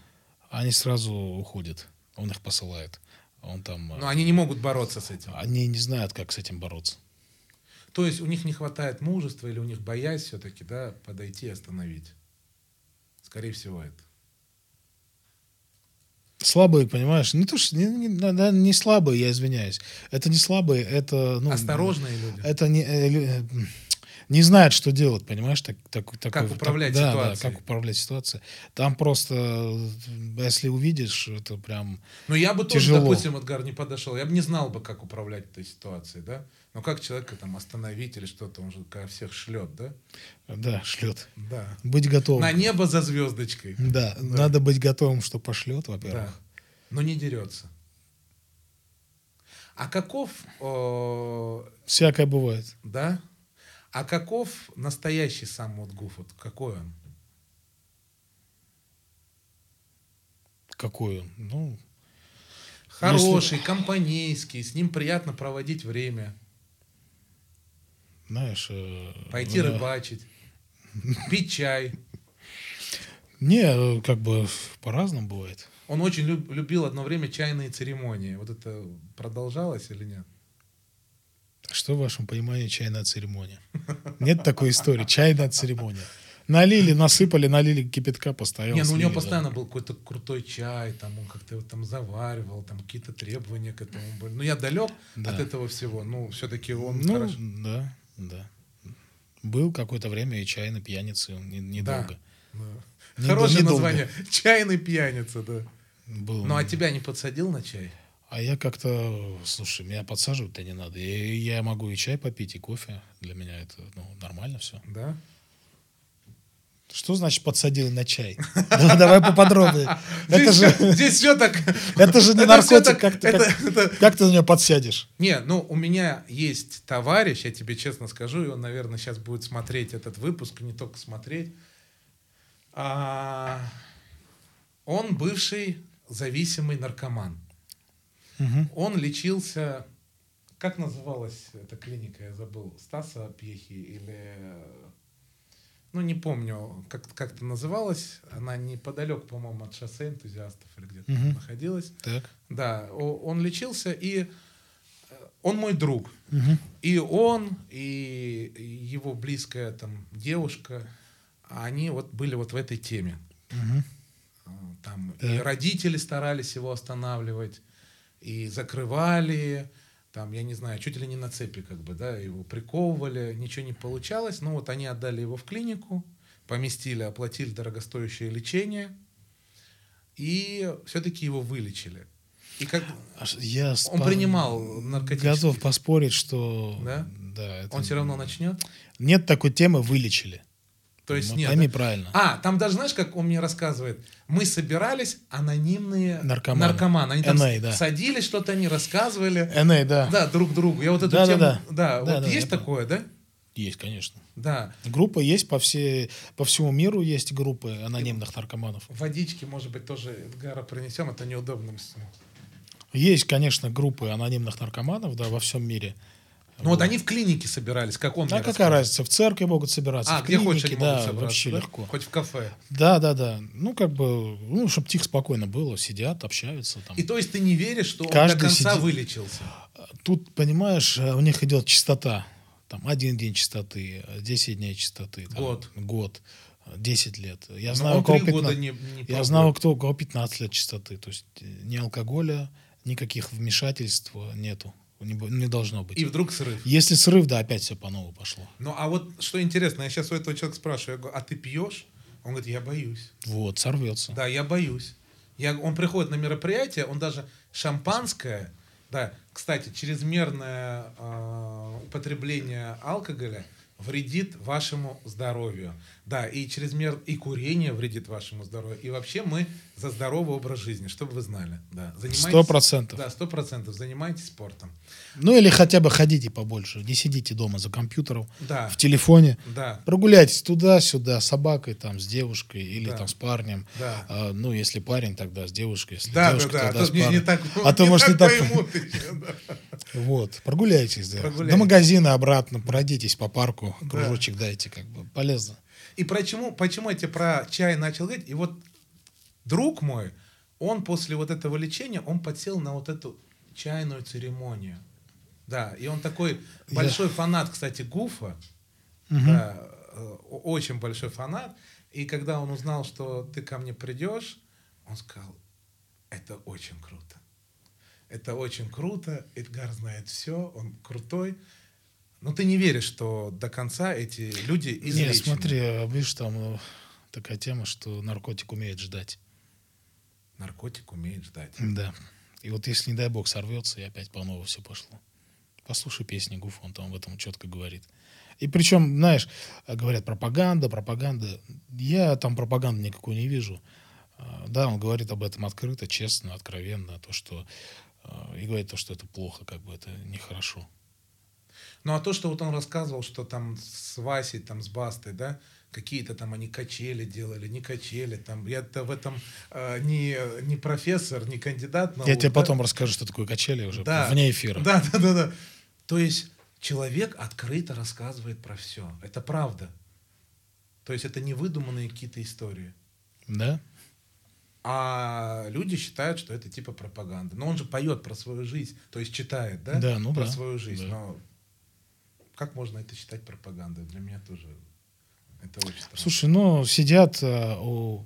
S1: они сразу уходят. Он их посылает. Он там... э,
S2: Но они не могут бороться с этим.
S1: Они не знают, как с этим бороться.
S2: То есть у них не хватает мужества или у них боясь все-таки, да, подойти и остановить. Скорее всего, это.
S1: Слабые, понимаешь? Не то, что... Не, не- да, да, не слабые, я извиняюсь. Это не слабые, это... Ну,
S2: Осторожные люди.
S1: Это не... э, лю- э, м, не знают, что делать, понимаешь? Так, так- такой- так-
S2: управлять
S1: да, Да,
S2: ситуацией.
S1: как управлять ситуацией. Там просто, э, если увидишь, это прям...
S2: Но Ну, я бы
S1: тяжело.
S2: тоже, допустим, Эдгар, не подошел. Я бы не знал бы, как управлять этой ситуацией, да? Но как человека там остановить или что-то, он же ко всех шлет, да?
S1: э, Да, шлет.
S2: Да.
S1: Быть готовым.
S2: На небо за звездочкой.
S1: Да, надо быть готовым, что пошлет,
S2: Да.
S1: во-первых.
S2: Но не дерется. А каков, э,
S1: Всякое бывает.
S2: да? А каков настоящий сам вот Гуф? Вот какой он?
S1: Какой он? Ну,
S2: Хороший, компанейский, с ним приятно проводить время,
S1: знаешь... э,
S2: пойти
S1: да.
S2: рыбачить, пить чай.
S1: Не, э, как бы по-разному бывает.
S2: Он очень люб- любил одно время чайные церемонии. Вот это продолжалось или нет?
S1: Что в вашем понимании чайная церемония? Нет такой истории. Чайная церемония. Налили, насыпали, налили кипятка, постоял.
S2: не, ну у
S1: слили,
S2: него
S1: да.
S2: постоянно был какой-то крутой чай, там он как-то его там заваривал, там какие-то требования к этому были. Ну я далек
S1: Да.
S2: от этого всего, ну все-таки он
S1: Ну,
S2: хорошо.
S1: да, да. Был какое-то время и чай на пьянице, он не- недолго.
S2: Да.
S1: Не-
S2: Хорошее
S1: недолго.
S2: название. Чайный пьяница, да.
S1: Был.
S2: Ну а тебя не подсадил на чай?
S1: А я как-то, слушай, меня подсаживать-то не надо. Я, я могу и чай попить, и кофе. Для меня это ну, нормально все.
S2: Да?
S1: Что значит подсадили на чай? Да, Давай поподробнее. Это
S2: здесь,
S1: же,
S2: всё- здесь все так.
S1: это же не
S2: это всё
S1: наркотик.
S2: так-
S1: Как ты,
S2: это-
S1: как-
S2: это-
S1: как ты на него подсядешь?
S2: Не, ну у меня есть товарищ, я тебе честно скажу, и он, наверное, сейчас будет смотреть этот выпуск, не только смотреть. А, он бывший зависимый наркоман. Он лечился, как называлась эта клиника, я забыл, Стаса Пьехи или, э, ну не помню, как, как это называлась, она неподалеку, по-моему, от шоссе энтузиастов или где-то
S1: Мгм.
S2: находилась.
S1: Так.
S2: Да, о- он лечился, и э, он мой друг. И он, и и его близкая там девушка, они вот были вот в этой теме. э, там
S1: Да.
S2: и родители старались его останавливать, и закрывали, там, я не знаю, чуть ли не на цепи, как бы, да, его приковывали, ничего не получалось. Ну вот они отдали его в клинику, поместили, оплатили дорогостоящее лечение, и все-таки его вылечили. И как
S1: Аж Я с
S2: он
S1: пар-
S2: принимал наркотические,
S1: Готов поспорить, что...
S2: Да?
S1: это-
S2: он все равно начнет?
S1: Нет такой темы «вылечили».
S2: То есть
S1: М-
S2: нет.
S1: Ну, Пойми
S2: да?
S1: правильно.
S2: А, там даже, знаешь, как он мне рассказывает, мы собирались анонимные
S1: Наркоманы.
S2: наркоманы. Они там
S1: NA,
S2: с-
S1: да.
S2: садились, что-то они рассказывали.
S1: Эней, Э, да.
S2: Да, друг другу. Я вот эту
S1: Да, да,
S2: тему...
S1: да. Да,
S2: вот
S1: да,
S2: есть
S1: я
S2: такое, да?
S1: Есть, конечно.
S2: Да.
S1: Группа есть по, всей, по всему миру, есть группы анонимных наркоманов.
S2: Водички, может быть, тоже Эдгара принесем, это неудобно. Ну
S1: Есть, конечно, группы анонимных наркоманов, да, во всем мире.
S2: Ну вот они в клинике собирались, как он
S1: А
S2: мне
S1: какая
S2: рассказывал.
S1: разница? В церкви могут собираться,
S2: А,
S1: в
S2: где хочешь, они
S1: клинике, да,
S2: могут собраться,
S1: вообще
S2: да?
S1: легко.
S2: Хоть в кафе.
S1: Да, да, да. Ну, как бы, ну, чтобы тихо, спокойно было, сидят, общаются там.
S2: И то есть ты не веришь, что он
S1: Каждый
S2: до конца
S1: сидит-
S2: вылечился?
S1: Тут, понимаешь, э, у них идет частота. Там один день чистоты, 10 дней чистоты. там,
S2: Год.
S1: Год. э, 10 лет. Я
S2: Но
S1: знаю,
S2: он
S1: у кого
S2: Ну, три года
S1: 15
S2: не- не
S1: Я
S2: пробует.
S1: знаю, кто, у кого 15 лет чистоты. То есть э, ни алкоголя, никаких вмешательств э, нету. Не, бо- не должно быть.
S2: И вдруг срыв.
S1: Если срыв, да, опять все по новому пошло.
S2: Ну, а вот что интересно, я сейчас у этого человека спрашиваю, я говорю, а ты пьешь? Он говорит, я боюсь.
S1: Вот, сорвется.
S2: Да, я боюсь. Я, он приходит на мероприятие, он даже шампанское, да, кстати, чрезмерное э, употребление алкоголя вредит вашему здоровью. Да, и чрезмер и курение вредит вашему здоровью. И вообще мы за здоровый образ жизни, чтобы вы знали. Да, занимайтесь-
S1: Сто процентов.
S2: Да, сто процентов. Занимайтесь спортом.
S1: Ну или хотя бы ходите побольше. Не сидите дома за компьютером,
S2: Да,
S1: в телефоне.
S2: да,
S1: Прогуляйтесь туда-сюда с собакой, там, с девушкой или
S2: Да.
S1: там с парнем.
S2: да.
S1: А, ну, если парень, тогда с девушкой. Если
S2: Да, да,
S1: девушка,
S2: да, а
S1: тогда
S2: то
S1: с
S2: не, не
S1: парнем.
S2: так,
S1: А то, может, не так
S2: поймут еще, да.
S1: Вот, прогуляйтесь, да.
S2: Прогуляйтесь.
S1: До магазина обратно, пройдитесь по парку, кружочек дайте, как бы полезно.
S2: И почему, почему я тебе про чай начал говорить? И вот друг мой, он после вот этого лечения, он подсел на вот эту чайную церемонию. Да, и он такой большой фанат, кстати, Гуфа. Да, э, о- очень большой фанат. И когда он узнал, что ты ко мне придешь, он сказал, это очень круто. Это очень круто, Эдгар знает все, он крутой. Но ты не веришь, что до конца эти люди излечены.
S1: Не, смотри, а, видишь, там э, такая тема, что наркотик умеет ждать.
S2: Наркотик умеет ждать.
S1: Да. И вот если, не дай бог, сорвется, и опять по новому все пошло. Послушай песни Гуф, он там об этом четко говорит. И причем, знаешь, э, говорят пропаганда, пропаганда. Я там пропаганды никакой не вижу. А, Да, он говорит об этом открыто, честно, откровенно, то, что э, и говорит то, что это плохо, как бы это нехорошо.
S2: Ну а то, что вот он рассказывал, что там с Васей, там с Бастой, да, какие-то там они качели делали, не качели, там, я-то в этом э, не, не профессор, не кандидат наук,
S1: Я тебе
S2: Ну, да.
S1: потом расскажу, что такое качели уже
S2: Да.
S1: вне эфира.
S2: Да, да, да, да. То есть человек открыто рассказывает про все. Это правда. То есть это не выдуманные какие-то истории.
S1: Да?
S2: А люди считают, что это типа пропаганда. Но он же поет про свою жизнь, то есть читает, да?
S1: Да, ну
S2: про
S1: да,
S2: свою жизнь.
S1: да.
S2: Но как можно это считать пропагандой? Для меня тоже это очень странно.
S1: Слушай, ну сидят э, у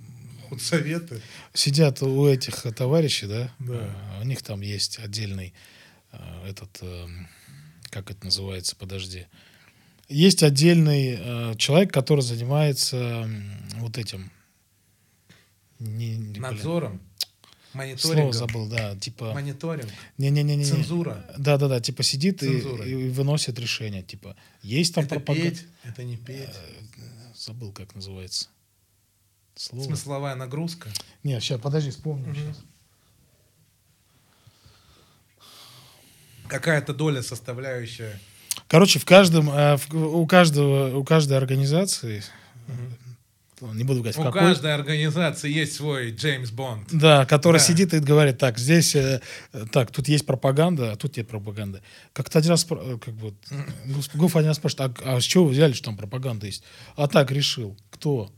S2: вот советы.
S1: сидят у этих э, товарищей, да?
S2: Да.
S1: Э, У них там есть отдельный э, этот, эм, как это называется, подожди. Есть отдельный э, человек, который занимается м, вот этим. Не- не, блин,
S2: Надзором,
S1: Слово
S2: мониторингом.
S1: забыл, да, типа...
S2: Мониторинг,
S1: Не-не-не-не.
S2: цензура.
S1: Да-да-да, типа сидит и,
S2: Цензура.
S1: и выносит решение, типа, есть там
S2: это
S1: пропаган- Э,
S2: петь, это не петь.
S1: Забыл, как называется. Слово.
S2: Смысловая нагрузка.
S1: Не, сейчас, подожди, вспомню щас.
S2: Какая-то доля составляющая.
S1: Короче, в каждом, э, в- у каждого, у каждой организации, э, не буду говорить, в
S2: У
S1: какой,
S2: каждой организации есть свой Джеймс Бонд.
S1: да, который
S2: Да.
S1: сидит и говорит, так, здесь, э, э, так, тут есть пропаганда, а тут нет пропаганды. Как-то один раз, спро- э, как бы, Гуф- Гуф один раз спрашивает, а, а с чего вы взяли, что там пропаганда есть? А так решил. Кто?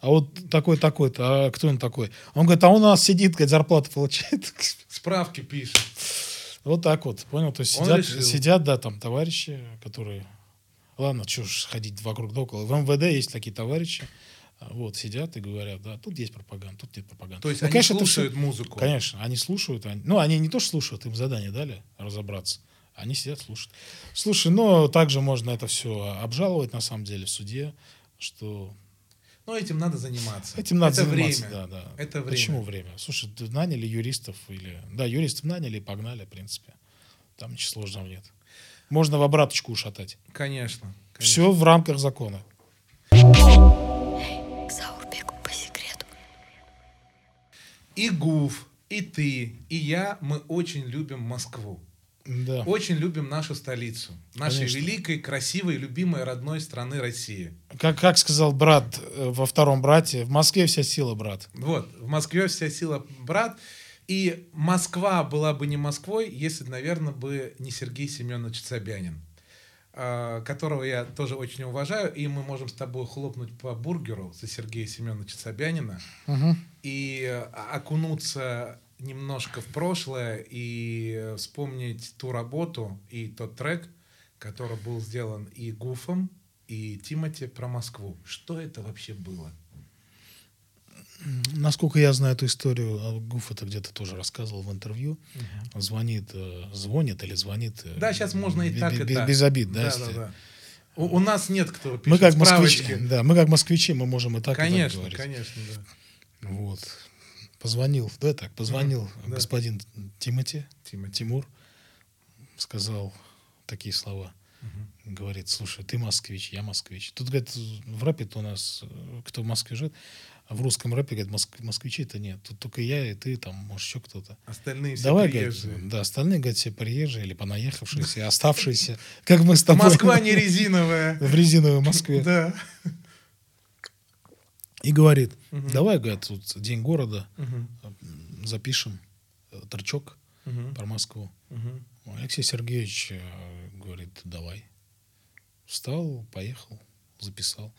S1: А вот такой такой-то, а кто он такой? Он говорит, а он у нас сидит, говорит, зарплату получает.
S2: Справки пишет.
S1: Вот так вот, понял? То есть
S2: Он
S1: сидят,
S2: решил.
S1: сидят, да, там товарищи, которые... Ладно, что ж ходить вокруг да около. В МВД есть такие товарищи, Вот, сидят и говорят, да, тут есть пропаганда, тут нет пропаганды.
S2: То есть
S1: Ну,
S2: они
S1: конечно, это всё-
S2: слушают музыку.
S1: Конечно, они слушают. они- ну, они не то, что слушают, им задание дали разобраться. Они сидят, слушают. Слушай, но также можно это все обжаловать, на самом деле, в суде, что
S2: Но этим надо заниматься.
S1: этим надо
S2: Это
S1: заниматься.
S2: время.
S1: Да, да.
S2: Это время.
S1: Почему время? Слушай, ты наняли юристов или... Да, юристов наняли и погнали, в принципе. Там ничего сложного нет. Можно в обраточку ушатать.
S2: Конечно. конечно.
S1: Все в рамках закона.
S4: Заурбеку по секрету.
S2: И Гуф, и ты, и я, мы очень любим Москву.
S1: Да.
S2: Очень любим нашу столицу. Нашей
S1: Конечно.
S2: великой, красивой, любимой родной страны России.
S1: Как, как сказал брат э, во втором брате, в Москве вся сила, брат.
S2: Вот, в Москве вся сила брат. И Москва была бы не Москвой, если, наверное, бы не Сергей Семенович Собянин, а, которого я тоже очень уважаю. И мы можем с тобой хлопнуть по бургеру за Сергея Семеновича Собянина и э, окунуться немножко в прошлое и вспомнить ту работу и тот трек, который был сделан и Гуфом, и Тимати про Москву. Что это вообще было?
S1: Насколько я знаю эту историю, а Гуф это где-то тоже рассказывал в интервью. Звонит, э, звонит или звонит. э,
S2: Да, сейчас можно и
S1: бе-
S2: так,
S1: бе-
S2: и
S1: бе-
S2: так.
S1: Без обид, да.
S2: Да,
S1: если-
S2: да, да. У, у нас нет, кто пишет
S1: Мы как москвичи,
S2: справочки.
S1: да, мы как москвичи, мы можем и так
S2: Конечно,
S1: и так говорить.
S2: конечно, да.
S1: Вот. Позвонил, да, так, позвонил
S2: да.
S1: господин Тимати,
S2: Тимати.
S1: Тимур, сказал такие слова. Говорит, слушай, ты москвич, я москвич. Тут, говорит, в рэпе-то у нас, э, кто в Москве живет, а в русском рэпе, говорит, «Моск- москвичей-то нет. Тут только я и ты, там, может, еще кто-то.
S2: Остальные все
S1: Давай,
S2: приезжие.
S1: говорит, да, остальные, говорит, все приезжие или понаехавшиеся, и оставшиеся, как мы с тобой.
S2: Москва не резиновая.
S1: В резиновой Москве.
S2: Да.
S1: И говорит, давай, говорит, тут День города
S2: Мгм,
S1: м, запишем э, торчок
S2: мгм,
S1: про Москву.
S2: мгм.
S1: Алексей Сергеевич э, говорит, давай. Встал, поехал, записал.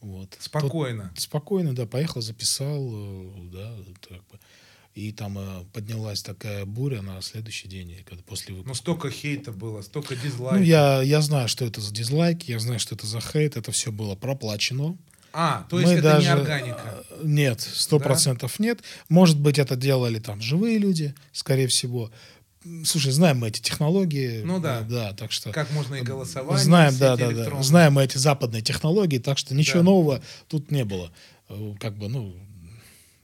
S1: Вот.
S2: Спокойно.
S1: Тот- спокойно, да, поехал, записал, э, да, так бы. И там э, поднялась такая буря на следующий день, и когда после выпуска.
S2: Ну, столько хейта было, столько
S1: Ну,
S2: дизлайков.
S1: я, я знаю, что это за дизлайк, я знаю, что это за хейт, это все было проплачено.
S2: А, то есть
S1: Мы
S2: это
S1: даже-
S2: не органика.
S1: э, Нет, сто
S2: Да?
S1: процентов нет. Может быть, это делали там живые люди, скорее всего. М, Слушай, знаем мы эти технологии.
S2: Ну да.
S1: э, Да, так что...
S2: Как можно и голосование.
S1: знаем,
S2: все
S1: да,
S2: эти
S1: да, да.
S2: электронные.
S1: Знаем мы эти западные технологии, так что ничего
S2: Да.
S1: нового тут не было. Э, Как бы, ну...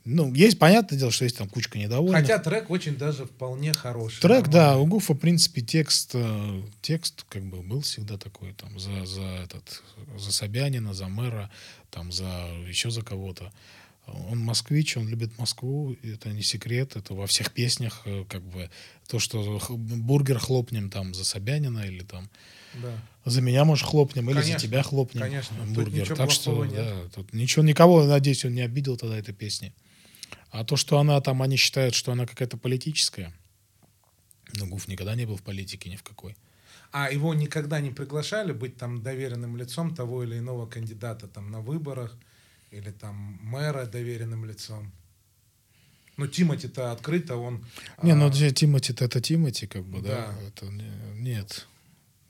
S1: Ну, есть, понятное дело, что есть там кучка недовольных.
S2: Хотя трек очень даже вполне хороший.
S1: Трек, да,
S2: нормальный.
S1: у Гуфа, в принципе, текст, э, текст как бы был всегда такой, там, за, за этот, за Собянина, за мэра, там, за еще за кого-то. Он москвич, он любит Москву, и это не секрет, это во всех песнях, э, как бы, то, что х- бургер хлопнем там за Собянина или там
S2: Да.
S1: за меня, может, хлопнем, или за
S2: Конечно,
S1: тебя хлопнем
S2: конечно, тут
S1: бургер.
S2: ничего
S1: Так что,
S2: плохого нет.
S1: да, тут ничего, никого, надеюсь, он не обидел тогда этой песни. А то, что она там, они считают, что она какая-то политическая. Ну, Гуф никогда не был в политике ни в какой.
S2: А его никогда не приглашали быть там доверенным лицом того или иного кандидата там на выборах или там мэра доверенным лицом. Ну, Тимати-то открыто, он...
S1: Не,
S2: а,
S1: ну, Ти- Тимати, это Тимати, как бы, да.
S2: Да.
S1: Это не- нет,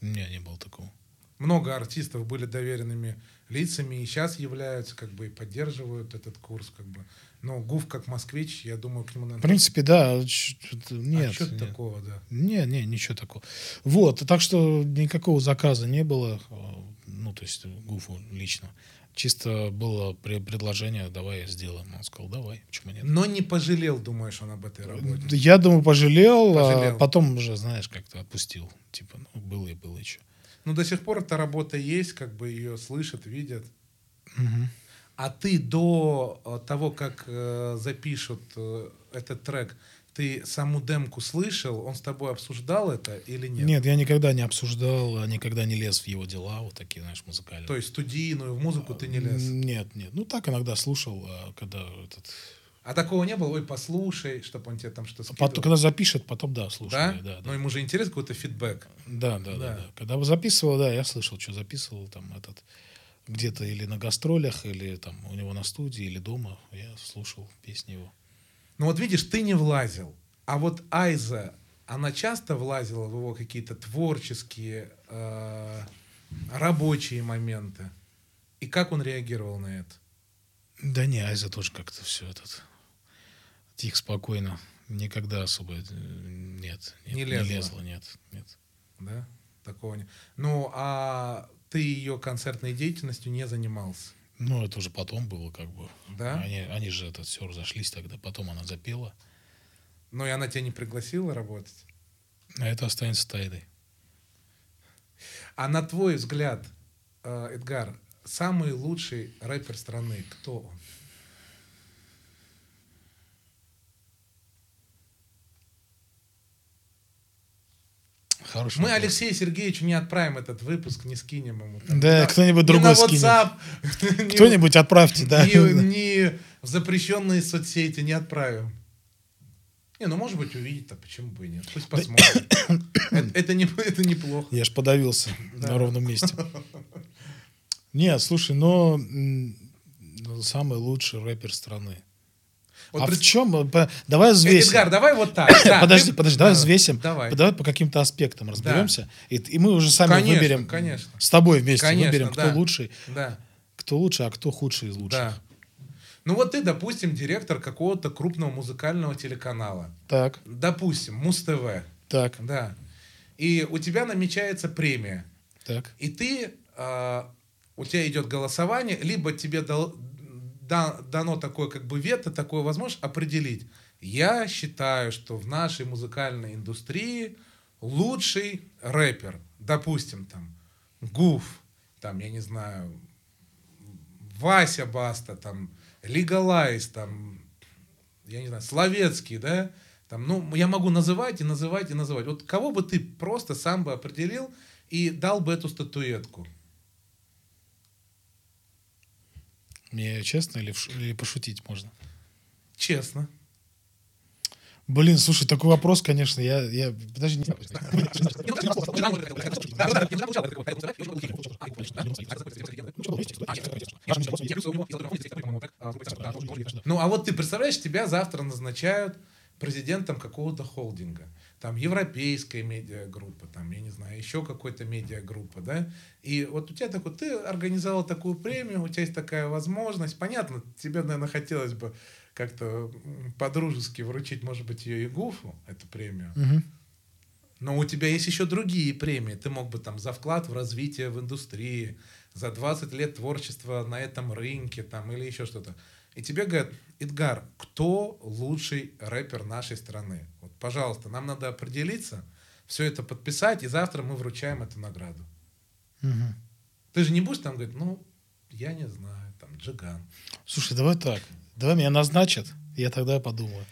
S1: не, не было такого.
S2: Много артистов были доверенными лицами и сейчас являются, как бы, и поддерживают этот курс, как бы. Но Гуф, как москвич, я думаю, к нему
S1: В
S2: надо...
S1: принципе, да, ч-
S2: а
S1: ч- нет.
S2: Отчет
S1: нет.
S2: такого, да.
S1: Не, не, ничего такого. Вот, так что никакого заказа не было, э, ну, то есть Гуфу лично. Чисто было пре- предложение, давай сделаем. Он сказал, давай, почему нет? Э,
S2: Но не пожалел, думаешь, он об этой работе.
S1: Я думаю, пожалел, а
S2: Пожалел.
S1: потом уже, знаешь, как-то отпустил. Типа, ну, было и было еще.
S2: Но Ну, до сих пор эта работа есть, как бы ее слышат, видят. А ты до э, того, как э, запишут э, этот трек, ты саму демку слышал? Он с тобой обсуждал это или нет?
S1: Нет. я никогда не обсуждал, а никогда не лез в его дела, вот такие, знаешь, музыкальные.
S2: То есть студийную в музыку ты не лез.
S1: Нет, нет. Ну, так иногда слушал, а когда этот...
S2: А такого не было? Ой, послушай, чтобы он тебе там что-то скидывал.
S1: Потом, когда запишет, потом, да,
S2: Да?
S1: слушаю. да, да.
S2: Но ему же интересен какой-то фидбэк.
S1: Да, да, да,
S2: Да.
S1: да. Когда записывал, да, я слышал, что записывал там этот где-то или на гастролях, или там у него на студии, или дома. Я слушал песни его.
S2: Ну вот видишь, ты не влазил. А вот Айза, она часто влазила в его какие-то творческие, э, рабочие моменты. И как он реагировал на это?
S1: Да не, Айза тоже как-то все этот... Тихо, спокойно. Никогда особо э, нет. нет
S2: Не лезла.
S1: нет, нет.
S2: Да? Такого не... Ну, а ты ее концертной деятельностью не занимался,
S1: Ну, это уже потом было как бы.
S2: да?
S1: Они, они же этот все разошлись тогда. Потом она запела.
S2: Ну, и она тебя не пригласила работать?
S1: А это останется тайной.
S2: А на твой взгляд, э, Эдгар, самый лучший рэпер страны, кто он?
S1: Хороший
S2: Мы
S1: вопрос.
S2: Алексею Сергеевичу не отправим этот выпуск, не скинем ему. там.
S1: Да,
S2: Ни на-
S1: кто-нибудь
S2: ни
S1: другой
S2: на
S1: скинет.
S2: WhatsApp, ни-
S1: Кто-нибудь отправьте, да.
S2: ни- ни в запрещенные соцсети не отправим. Не, ну может быть увидит, а почему бы и нет. Пусть посмотрит. Это это не- это неплохо.
S1: Я ж подавился на ровном месте. Нет, слушай, но м, ну, самый лучший рэпер страны.
S2: Вот
S1: а
S2: пред-
S1: в чем? Давай взвесим.
S2: Эдгар, давай вот так. Да,
S1: подожди,
S2: ты-
S1: подожди, давай
S2: да,
S1: взвесим.
S2: Давай.
S1: Давай по каким-то аспектам разберемся. И, и мы уже сами
S2: Конечно,
S1: выберем.
S2: конечно.
S1: С тобой вместе
S2: Конечно,
S1: выберем, кто
S2: да.
S1: лучший,
S2: Да.
S1: кто лучше, а кто худший из лучших.
S2: Да. Ну вот ты, допустим, директор какого-то крупного музыкального телеканала.
S1: Так,
S2: Допустим, Муз-ТВ.
S1: так,
S2: Да. И у тебя намечается премия.
S1: так.
S2: И ты... а, у тебя идет голосование, либо тебе дал- да- дано такое как бы вето, такое возможность определить. Я считаю, что в нашей музыкальной индустрии лучший рэпер, допустим, там, Гуф, там, я не знаю, Вася Баста, там, Лигалайз, там, я не знаю, Словецкий, да, там, ну, я могу называть и называть и называть. Вот кого бы ты просто сам бы определил и дал бы эту статуэтку?
S1: Мне честно или, в ш- или пошутить можно?
S2: Честно.
S1: Блин, слушай, такой вопрос, конечно, я... я... Подожди, не...
S2: Ну, а вот ты представляешь, тебя завтра назначают президентом какого-то холдинга. Там европейская медиагруппа, там, я не знаю, еще какой-то медиагруппа, да? И вот у тебя такой, ты организовал такую премию, у тебя есть такая возможность. Понятно, тебе, наверное, хотелось бы как-то м, по-дружески вручить, может быть, ее и Гуфу, эту премию.
S1: Мгм.
S2: Но у тебя есть еще другие премии. Ты мог бы там за вклад в развитие в индустрии, за 20 лет творчества на этом рынке там или еще что-то. И тебе говорят, Эдгар, кто лучший рэпер нашей страны? Вот, пожалуйста, нам надо определиться, все это подписать, и завтра мы вручаем эту награду.
S1: Мгм.
S2: Ты же не будешь там говорить, ну, я не знаю, там, Джиган.
S1: Слушай, давай так. Давай меня назначат, я тогда подумаю.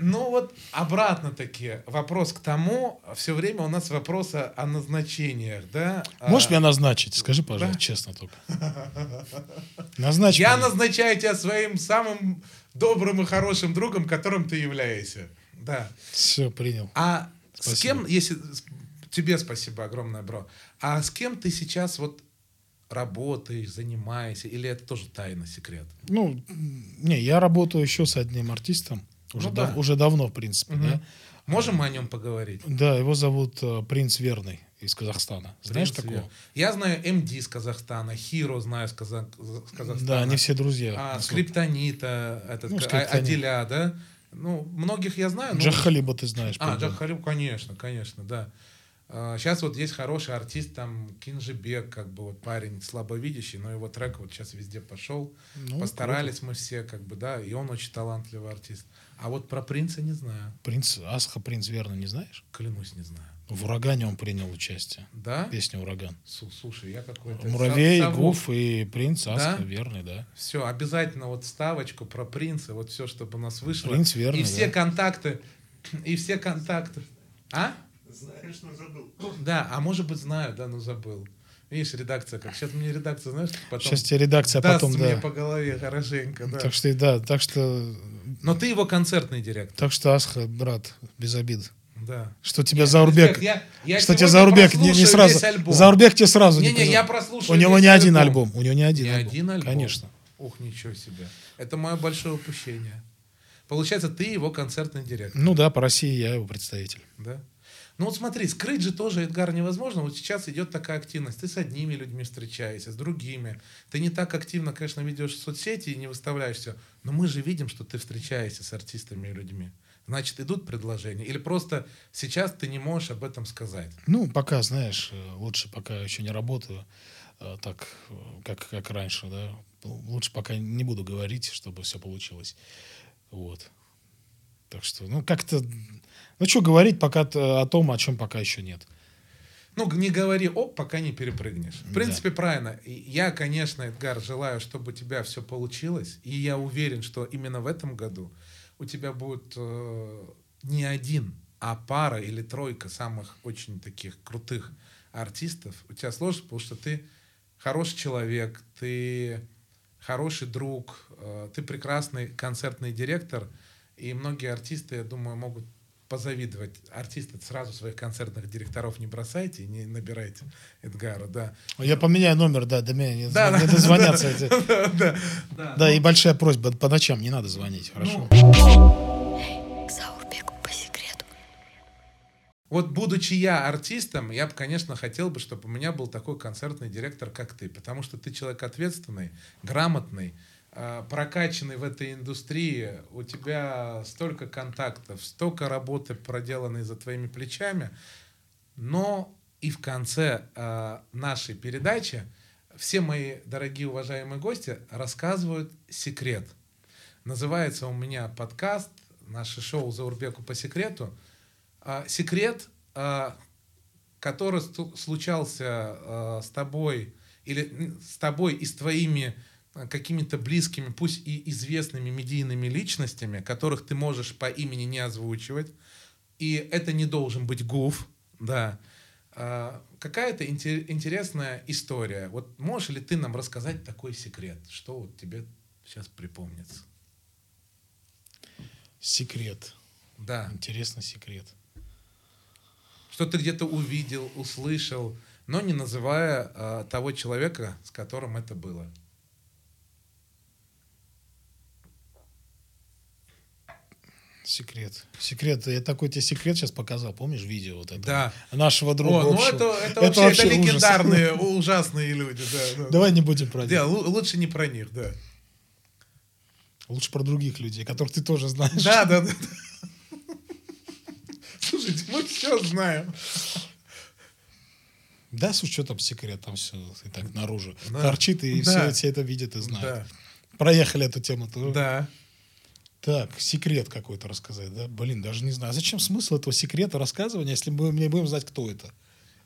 S2: Ну вот обратно-таки вопрос к тому, все время у нас вопросы о назначениях, да?
S1: Можешь
S2: А,
S1: меня назначить? Скажи, пожалуйста,
S2: да.
S1: честно только. Назначь
S2: Я
S1: меня.
S2: назначаю тебя своим самым добрым и хорошим другом, которым ты являешься. Да.
S1: Все, принял.
S2: А с
S1: Спасибо.
S2: кем, если с- тебе спасибо огромное, бро. А с кем ты сейчас вот работаешь, занимаешься, или это тоже тайна, секрет?
S1: Ну, м, не, я работаю еще с одним артистом. Уже,
S2: Ну
S1: дав-
S2: да.
S1: уже давно, в принципе,
S2: Мгм.
S1: да.
S2: Можем мы о нем поговорить?
S1: Да, его зовут э, Принц Верный из Казахстана. Знаешь
S2: В принципе,
S1: такого?
S2: Я знаю МД из Казахстана, Хиро знаю с, Каза- с Казахстана.
S1: Да, они все друзья.
S2: А,
S1: Вот.
S2: Скриптонита, этот,
S1: Ну,
S2: к- а-
S1: Скриптонит.
S2: Аделя, да? Ну, многих я знаю. но-
S1: Джахалиба ты знаешь.
S2: А,
S1: по-любому.
S2: Джах Халиб, конечно, конечно, да. Сейчас вот есть хороший артист, там Кинжибек, как бы вот парень слабовидящий, но его трек вот сейчас везде пошел.
S1: Ну,
S2: Постарались мы все, как бы, да, и он очень талантливый артист. А вот про принца не знаю,
S1: Принц Асха, принц Верный, не знаешь?
S2: клянусь, не знаю.
S1: В «Урагане» он принял участие.
S2: Да?
S1: Песня «Ураган».
S2: Су- Слушай, я какой-то...
S1: Муравей,
S2: сов- совок.
S1: Гуф и принц Асха,
S2: Да?
S1: верный, да.
S2: Все, обязательно вот вставочку про принца, вот все, чтобы у нас вышло.
S1: Принц верный,
S2: И все
S1: да.
S2: контакты, и все контакты. А? Знаешь, но забыл. Да, а может быть знаю, да, но забыл. Видишь, редакция как. Сейчас мне редакция, знаешь, потом
S1: Сейчас тебе редакция
S2: даст
S1: потом,
S2: мне
S1: да.
S2: по голове хорошенько, да.
S1: Так что, да, так что,
S2: Но ты его концертный директор.
S1: так что Асха, брат, без обид.
S2: Да.
S1: Что тебе Заурбек,
S2: Респект, я- я
S1: что
S2: сегодня
S1: тебе Заурбек не, не
S2: прослушаю
S1: сразу,
S2: весь альбом.
S1: Заурбек тебе сразу
S2: Не-не,
S1: не
S2: я
S1: показал.
S2: прослушаю
S1: У него
S2: весь
S1: не один
S2: альбом.
S1: альбом, у него не один,
S2: Не
S1: альбом.
S2: один альбом.
S1: конечно.
S2: Ух, ничего себе. Это мое большое упущение. Получается, ты его концертный директор,
S1: Ну да, по России я его представитель.
S2: да? Ну вот смотри, скрыть же тоже, Эдгар, невозможно. Вот сейчас идет такая активность. Ты с одними людьми встречаешься, с другими. Ты не так активно, конечно, ведешь соцсети и не выставляешь все. Но мы же видим, что ты встречаешься с артистами и людьми. Значит, идут предложения. Или просто сейчас ты не можешь об этом сказать.
S1: Ну, пока, знаешь, э, лучше пока еще не работаю э, так, э, как, как раньше, да. Л- Лучше пока не буду говорить, чтобы все получилось. Вот. Так что, ну, как-то... Ну, что говорить пока т- э, о том, о чем пока еще нет.
S2: Ну, г- не говори оп, пока не перепрыгнешь. В
S1: Да.
S2: принципе, правильно. И Я, конечно, Эдгар, желаю, чтобы у тебя все получилось. И я уверен, что именно в этом году у тебя будет э, не один, а пара или тройка самых очень таких крутых артистов. У тебя сложится, потому что ты хороший человек, ты хороший друг, э, ты прекрасный концертный директор. И многие артисты, я думаю, могут позавидовать. Артисты сразу своих концертных директоров не бросайте, не набирайте Эдгара, да.
S1: Я поменяю номер, да, до меня не,
S2: Да,
S1: не
S2: да,
S1: дозвонятся. эти-
S2: Да, да.
S1: Да, Ну, и большая просьба, по ночам не надо звонить,
S2: Ну.
S1: хорошо?
S4: К Заурбеку по секрету.
S2: Вот будучи я артистом, я бы, конечно, хотел бы, чтобы у меня был такой концертный директор, как ты, потому что ты человек ответственный, грамотный, э, прокачанный в этой индустрии, у тебя столько контактов, столько работы проделанной за твоими плечами, но и в конце э, нашей передачи все мои дорогие уважаемые гости рассказывают секрет. Называется у меня подкаст, наше шоу «За Урбеку по секрету». А, секрет, а, который сту- случался а, с тобой или м, с тобой и с твоими а, какими-то близкими, пусть и известными медийными личностями, которых ты можешь по имени не озвучивать, и это не должен быть гуф, да. А, Какая-то инте- интересная история. Вот можешь ли ты нам рассказать такой секрет, что вот тебе сейчас припомнится?
S1: Секрет.
S2: Да.
S1: Интересный секрет.
S2: что ты где-то увидел, услышал, но не называя э, того человека, с которым это было.
S1: Секрет. Секрет. Я такой тебе секрет сейчас показал. Помнишь видео вот это?
S2: Да.
S1: Нашего друга
S2: О, ну
S1: общего.
S2: это, это вообще,
S1: ужас.
S2: это легендарные, ужасные люди. Да, да.
S1: Давай не будем про них.
S2: Да, лу- лучше не про них, да.
S1: Лучше про других людей, которых ты тоже знаешь.
S2: Да, да, да. Слушайте, мы все знаем.
S1: Да, с учетом секрет, там все и так наружу
S2: Да.
S1: торчит, и
S2: Да.
S1: все, все это видят и знают. Проехали эту тему.
S2: Да,
S1: тоже.
S2: да.
S1: Так, секрет какой-то рассказать, да? Блин, даже не знаю. А Зачем смысл этого секрета рассказывания, если мы не будем знать, кто это?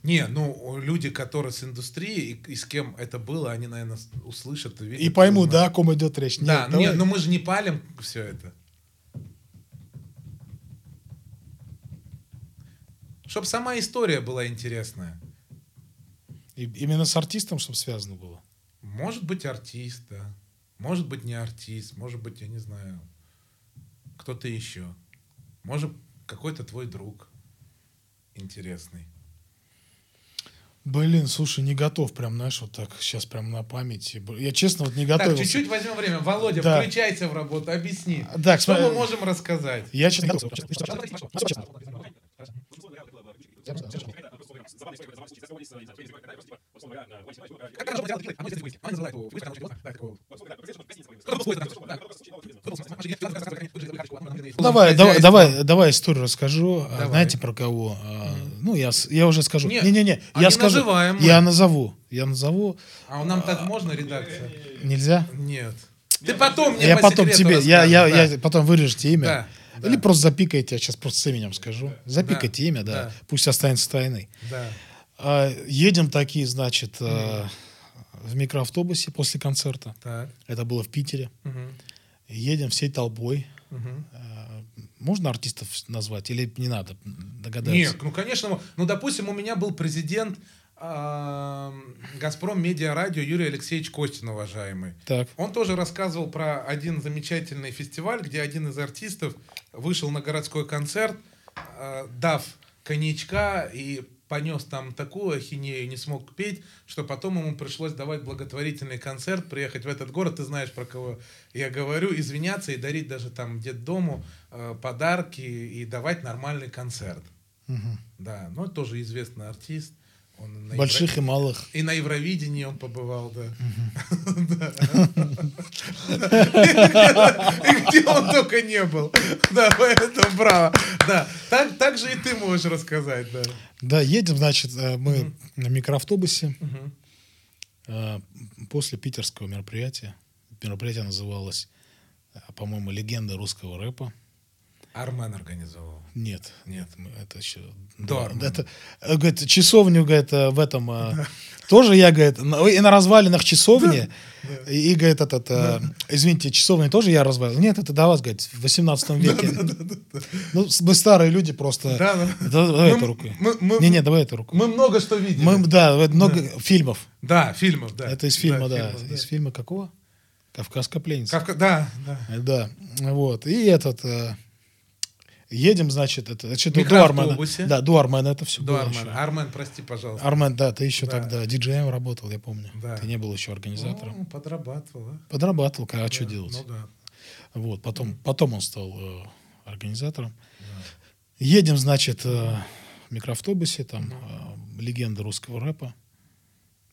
S2: Не, ну, люди, которые с индустрии и, и с кем это было, они, наверное, услышат, увидят.
S1: И пойму, да,
S2: узнают.
S1: о ком идет речь.
S2: Да, ну
S1: давай.
S2: нет, но мы же не палим все это. Чтоб сама история была интересная.
S1: И- именно с артистом, чтобы связано было.
S2: Может быть, артист, да. Может быть, не артист. Может быть, я не знаю, кто-то еще. Может, какой-то твой друг интересный.
S1: Блин, слушай, не готов прям, знаешь, вот так сейчас прям на память. Я честно вот не
S2: Так,
S1: готовился.
S2: чуть-чуть возьмем время. Володя,
S1: Да.
S2: включайся в работу, объясни.
S1: Так,
S2: что
S1: смотри.
S2: мы можем рассказать?
S1: Я честно не готовился.
S2: а
S1: Давай, давай, давай, давай историю расскажу. А,
S2: Давай.
S1: Знаете про кого? А, Ну я, с- я уже скажу.
S2: Нет,
S1: Не, не, не,
S2: а
S1: я
S2: не
S1: скажу.
S2: называем мы.
S1: Я назову, я назову.
S2: А нам так можно, редакция?
S1: Нельзя.
S2: Нет. Ты потом мне
S1: я
S2: по
S1: потом
S2: секрету
S1: тебе, я, я,
S2: расскажешь, да.
S1: я потом вырежете имя.
S2: Да, да.
S1: Или просто запикайте, я сейчас просто с именем скажу. Запикайте имя, да.
S2: да.
S1: Пусть останется тайной.
S2: Да.
S1: А, едем такие, значит, э, в микроавтобусе после концерта.
S2: Так.
S1: Это было в Питере.
S2: Мгм.
S1: Едем всей толпой.
S2: Мгм.
S1: Э, Можно артистов назвать или не надо? Догадаюсь.
S2: Нет, ну конечно, мо- ну допустим, у меня был президент эм, Газпром Медиа Радио Юрий Алексеевич Костин, уважаемый.
S1: Так.
S2: Он тоже рассказывал про один замечательный фестиваль, где один из артистов вышел на городской концерт, э, дав коньячка и понес там такую ахинею, не смог петь, что потом ему пришлось давать благотворительный концерт, приехать в этот город, ты знаешь, про кого я говорю, извиняться и дарить даже там детдому э, подарки и давать нормальный концерт. Да, но тоже известный артист. Он на
S1: Больших и малых.
S2: Евро- И на Евровидении он побывал, да. Да. И где он только не был. Да, поэтому браво. Да, так, так же и ты можешь рассказать, да.
S1: Да, едем, значит, э, мы на микроавтобусе э, после питерского мероприятия. Мероприятие называлось, э, по-моему, «Легенда русского рэпа».
S2: Армен организовал.
S1: Нет,
S2: Нет.
S1: мы- это еще...
S2: До Армена.
S1: это, э, говорит, часовню, говорит, э, в этом... э, Тоже я, говорит, на- и на развалинах часовни. И, и, говорит, этот... э, Извините, часовни тоже я развалил? Нет, это до вас, говорит, в 18 веке. Ну, с- мы старые люди просто...
S2: Да, да.
S1: Да, Давай
S2: Мы-
S1: эту руку.
S2: мы- мы-
S1: Не-не, давай эту руку.
S2: Мы много что видели.
S1: Мы, да, вот много фильмов.
S2: Да, фильмов, да.
S1: Это из фильма, да.
S2: фильмов,
S1: Из фильма какого? «Кавказская пленница».
S2: Кавка- Да, да.
S1: Э, Да, вот. И этот... э, едем, значит, это... это что-то до Армена.
S2: Микроавтобусе.
S1: Да, до Армена это все
S2: До
S1: было
S2: Армен.
S1: еще.
S2: Армен, прости, пожалуйста.
S1: Армен, да, ты еще
S2: Да.
S1: тогда диджеем работал, я помню.
S2: Да.
S1: Ты не был еще организатором.
S2: Ну, Подрабатывал, а.
S1: Подрабатывал, а что
S2: Да,
S1: делать?
S2: Ну да.
S1: Вот, потом, потом он стал э, организатором. Едем, значит, э, в микроавтобусе, там э, легенда русского рэпа.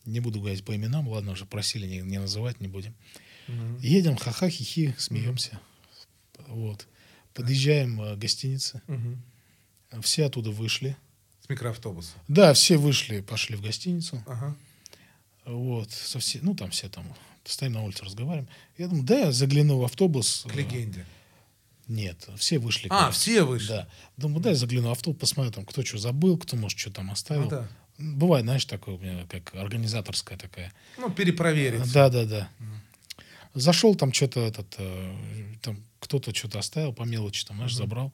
S1: Не буду говорить по именам, ладно, уже просили не, не называть, не будем.
S2: Мгм.
S1: Едем, ха-ха, хихи, смеемся. Вот. Подъезжаем э, к гостинице.
S2: Мгм.
S1: Все оттуда вышли.
S2: С микроавтобуса.
S1: Да, все вышли, пошли в гостиницу.
S2: Ага.
S1: Вот. Со все, ну, там все там стоим на улице, разговариваем. Я думаю, да, я загляну в автобус. э,
S2: К легенде.
S1: Нет, все вышли.
S2: А,
S1: короче.
S2: все вышли.
S1: Да. Думаю, дай загляну в автобус, посмотрю, там, кто что забыл, кто, может, что там оставил.
S2: Ну да.
S1: Бывает, знаешь, такое у меня, как организаторская такая.
S2: Ну, перепроверить.
S1: Да, да, да. Зашел там что-то этот, э, там кто-то что-то оставил по мелочи, там, знаешь, забрал.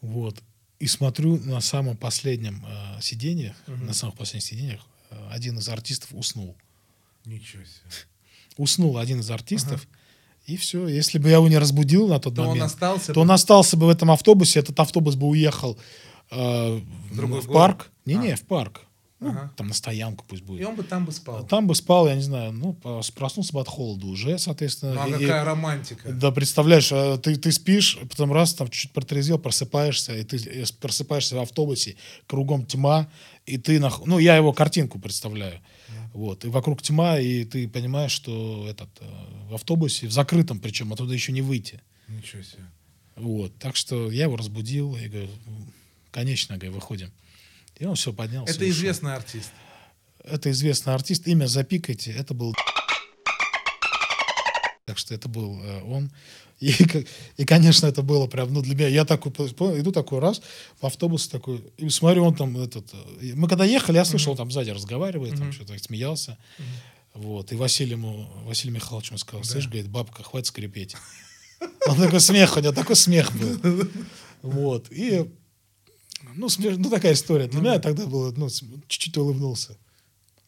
S1: Вот. И смотрю на самом последнем э, сиденье, на самых последних сиденьях, э, один из артистов уснул.
S2: Ничего себе.
S1: Уснул один из артистов, и все. Если бы я его не разбудил на тот
S2: То он
S1: момент,
S2: остался.
S1: то
S2: бы.
S1: он остался бы в этом автобусе, этот автобус бы уехал э, в,
S2: другой
S1: в
S2: город? А.
S1: парк. Не-не, в парк. Ну,
S2: Ага.
S1: там на стоянку пусть будет.
S2: И он бы там бы спал.
S1: Там бы спал, я не знаю, ну, по- проснулся бы от холода уже,
S2: Ну,
S1: соответственно.
S2: а
S1: и- и-
S2: какая романтика.
S1: да, представляешь, э, ты, ты спишь, потом раз, там чуть-чуть протрезвел, просыпаешься, и ты э, с- просыпаешься в автобусе, кругом тьма, и ты, нах- ну, я его картинку представляю, вот, и вокруг тьма, и ты понимаешь, что этот, э, в автобусе, в закрытом причем, оттуда еще не выйти.
S2: Ничего себе.
S1: Вот, так что я его разбудил и говорю, конечно, говорю, выходим. И он все поднялся.
S2: Это
S1: и ушел.
S2: известный артист.
S1: Это известный артист, имя запикайте, это был... Так что это был э, он. И, ко- и, конечно, это было прям, ну, для меня, я такой, по- по- иду такой раз в автобус такой, и смотрю, он там этот... э, и Мы когда ехали, я слышал, он там сзади разговаривает, там что-то смеялся. Вот, и Василий, ему, Василий Михайлович ему сказал, слышь, говорит, бабка, хватит скрипеть. Он такой смех, у него такой смех был. Вот, и... Ну, смеш- ну, такая история. Для меня тогда было, ну, с- чуть-чуть улыбнулся.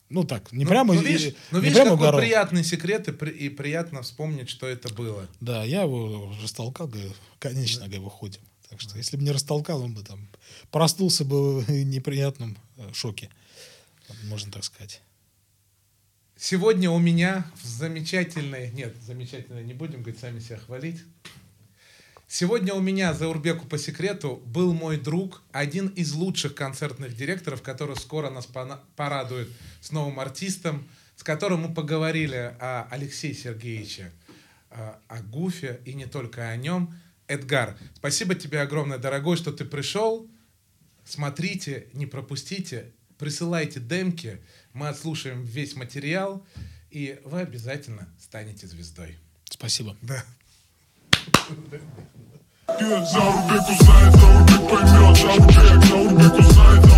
S1: Ну, так, не
S2: Ну,
S1: прямо...
S2: ну,
S1: и-
S2: видишь, ну,
S1: не
S2: видишь,
S1: прямо
S2: какой
S1: угорал.
S2: приятный секрет, и, при- и приятно вспомнить, что это было.
S1: Да, я его растолкал, говорю, конечно, говорю, выходим. Так что, если бы не растолкал, он бы там проснулся бы в неприятном э, шоке, можно так сказать.
S2: Сегодня у меня в замечательной... Нет, замечательной не будем говорить, сами себя хвалить. Сегодня у меня за Урбеку по секрету был мой друг, один из лучших концертных директоров, который скоро нас пона- порадует с новым артистом, с которым мы поговорили о Алексее Сергеевиче, э, о Гуфе и не только о нем. Эдгар, спасибо тебе огромное, дорогой, что ты пришел. Смотрите, не пропустите, присылайте демки, мы отслушаем весь материал, и вы обязательно станете звездой.
S1: Спасибо.
S6: Yeah, Zaur Big was nice, Zaur Big pay me on Zaur Jack, Zaur Big was nice, Zaur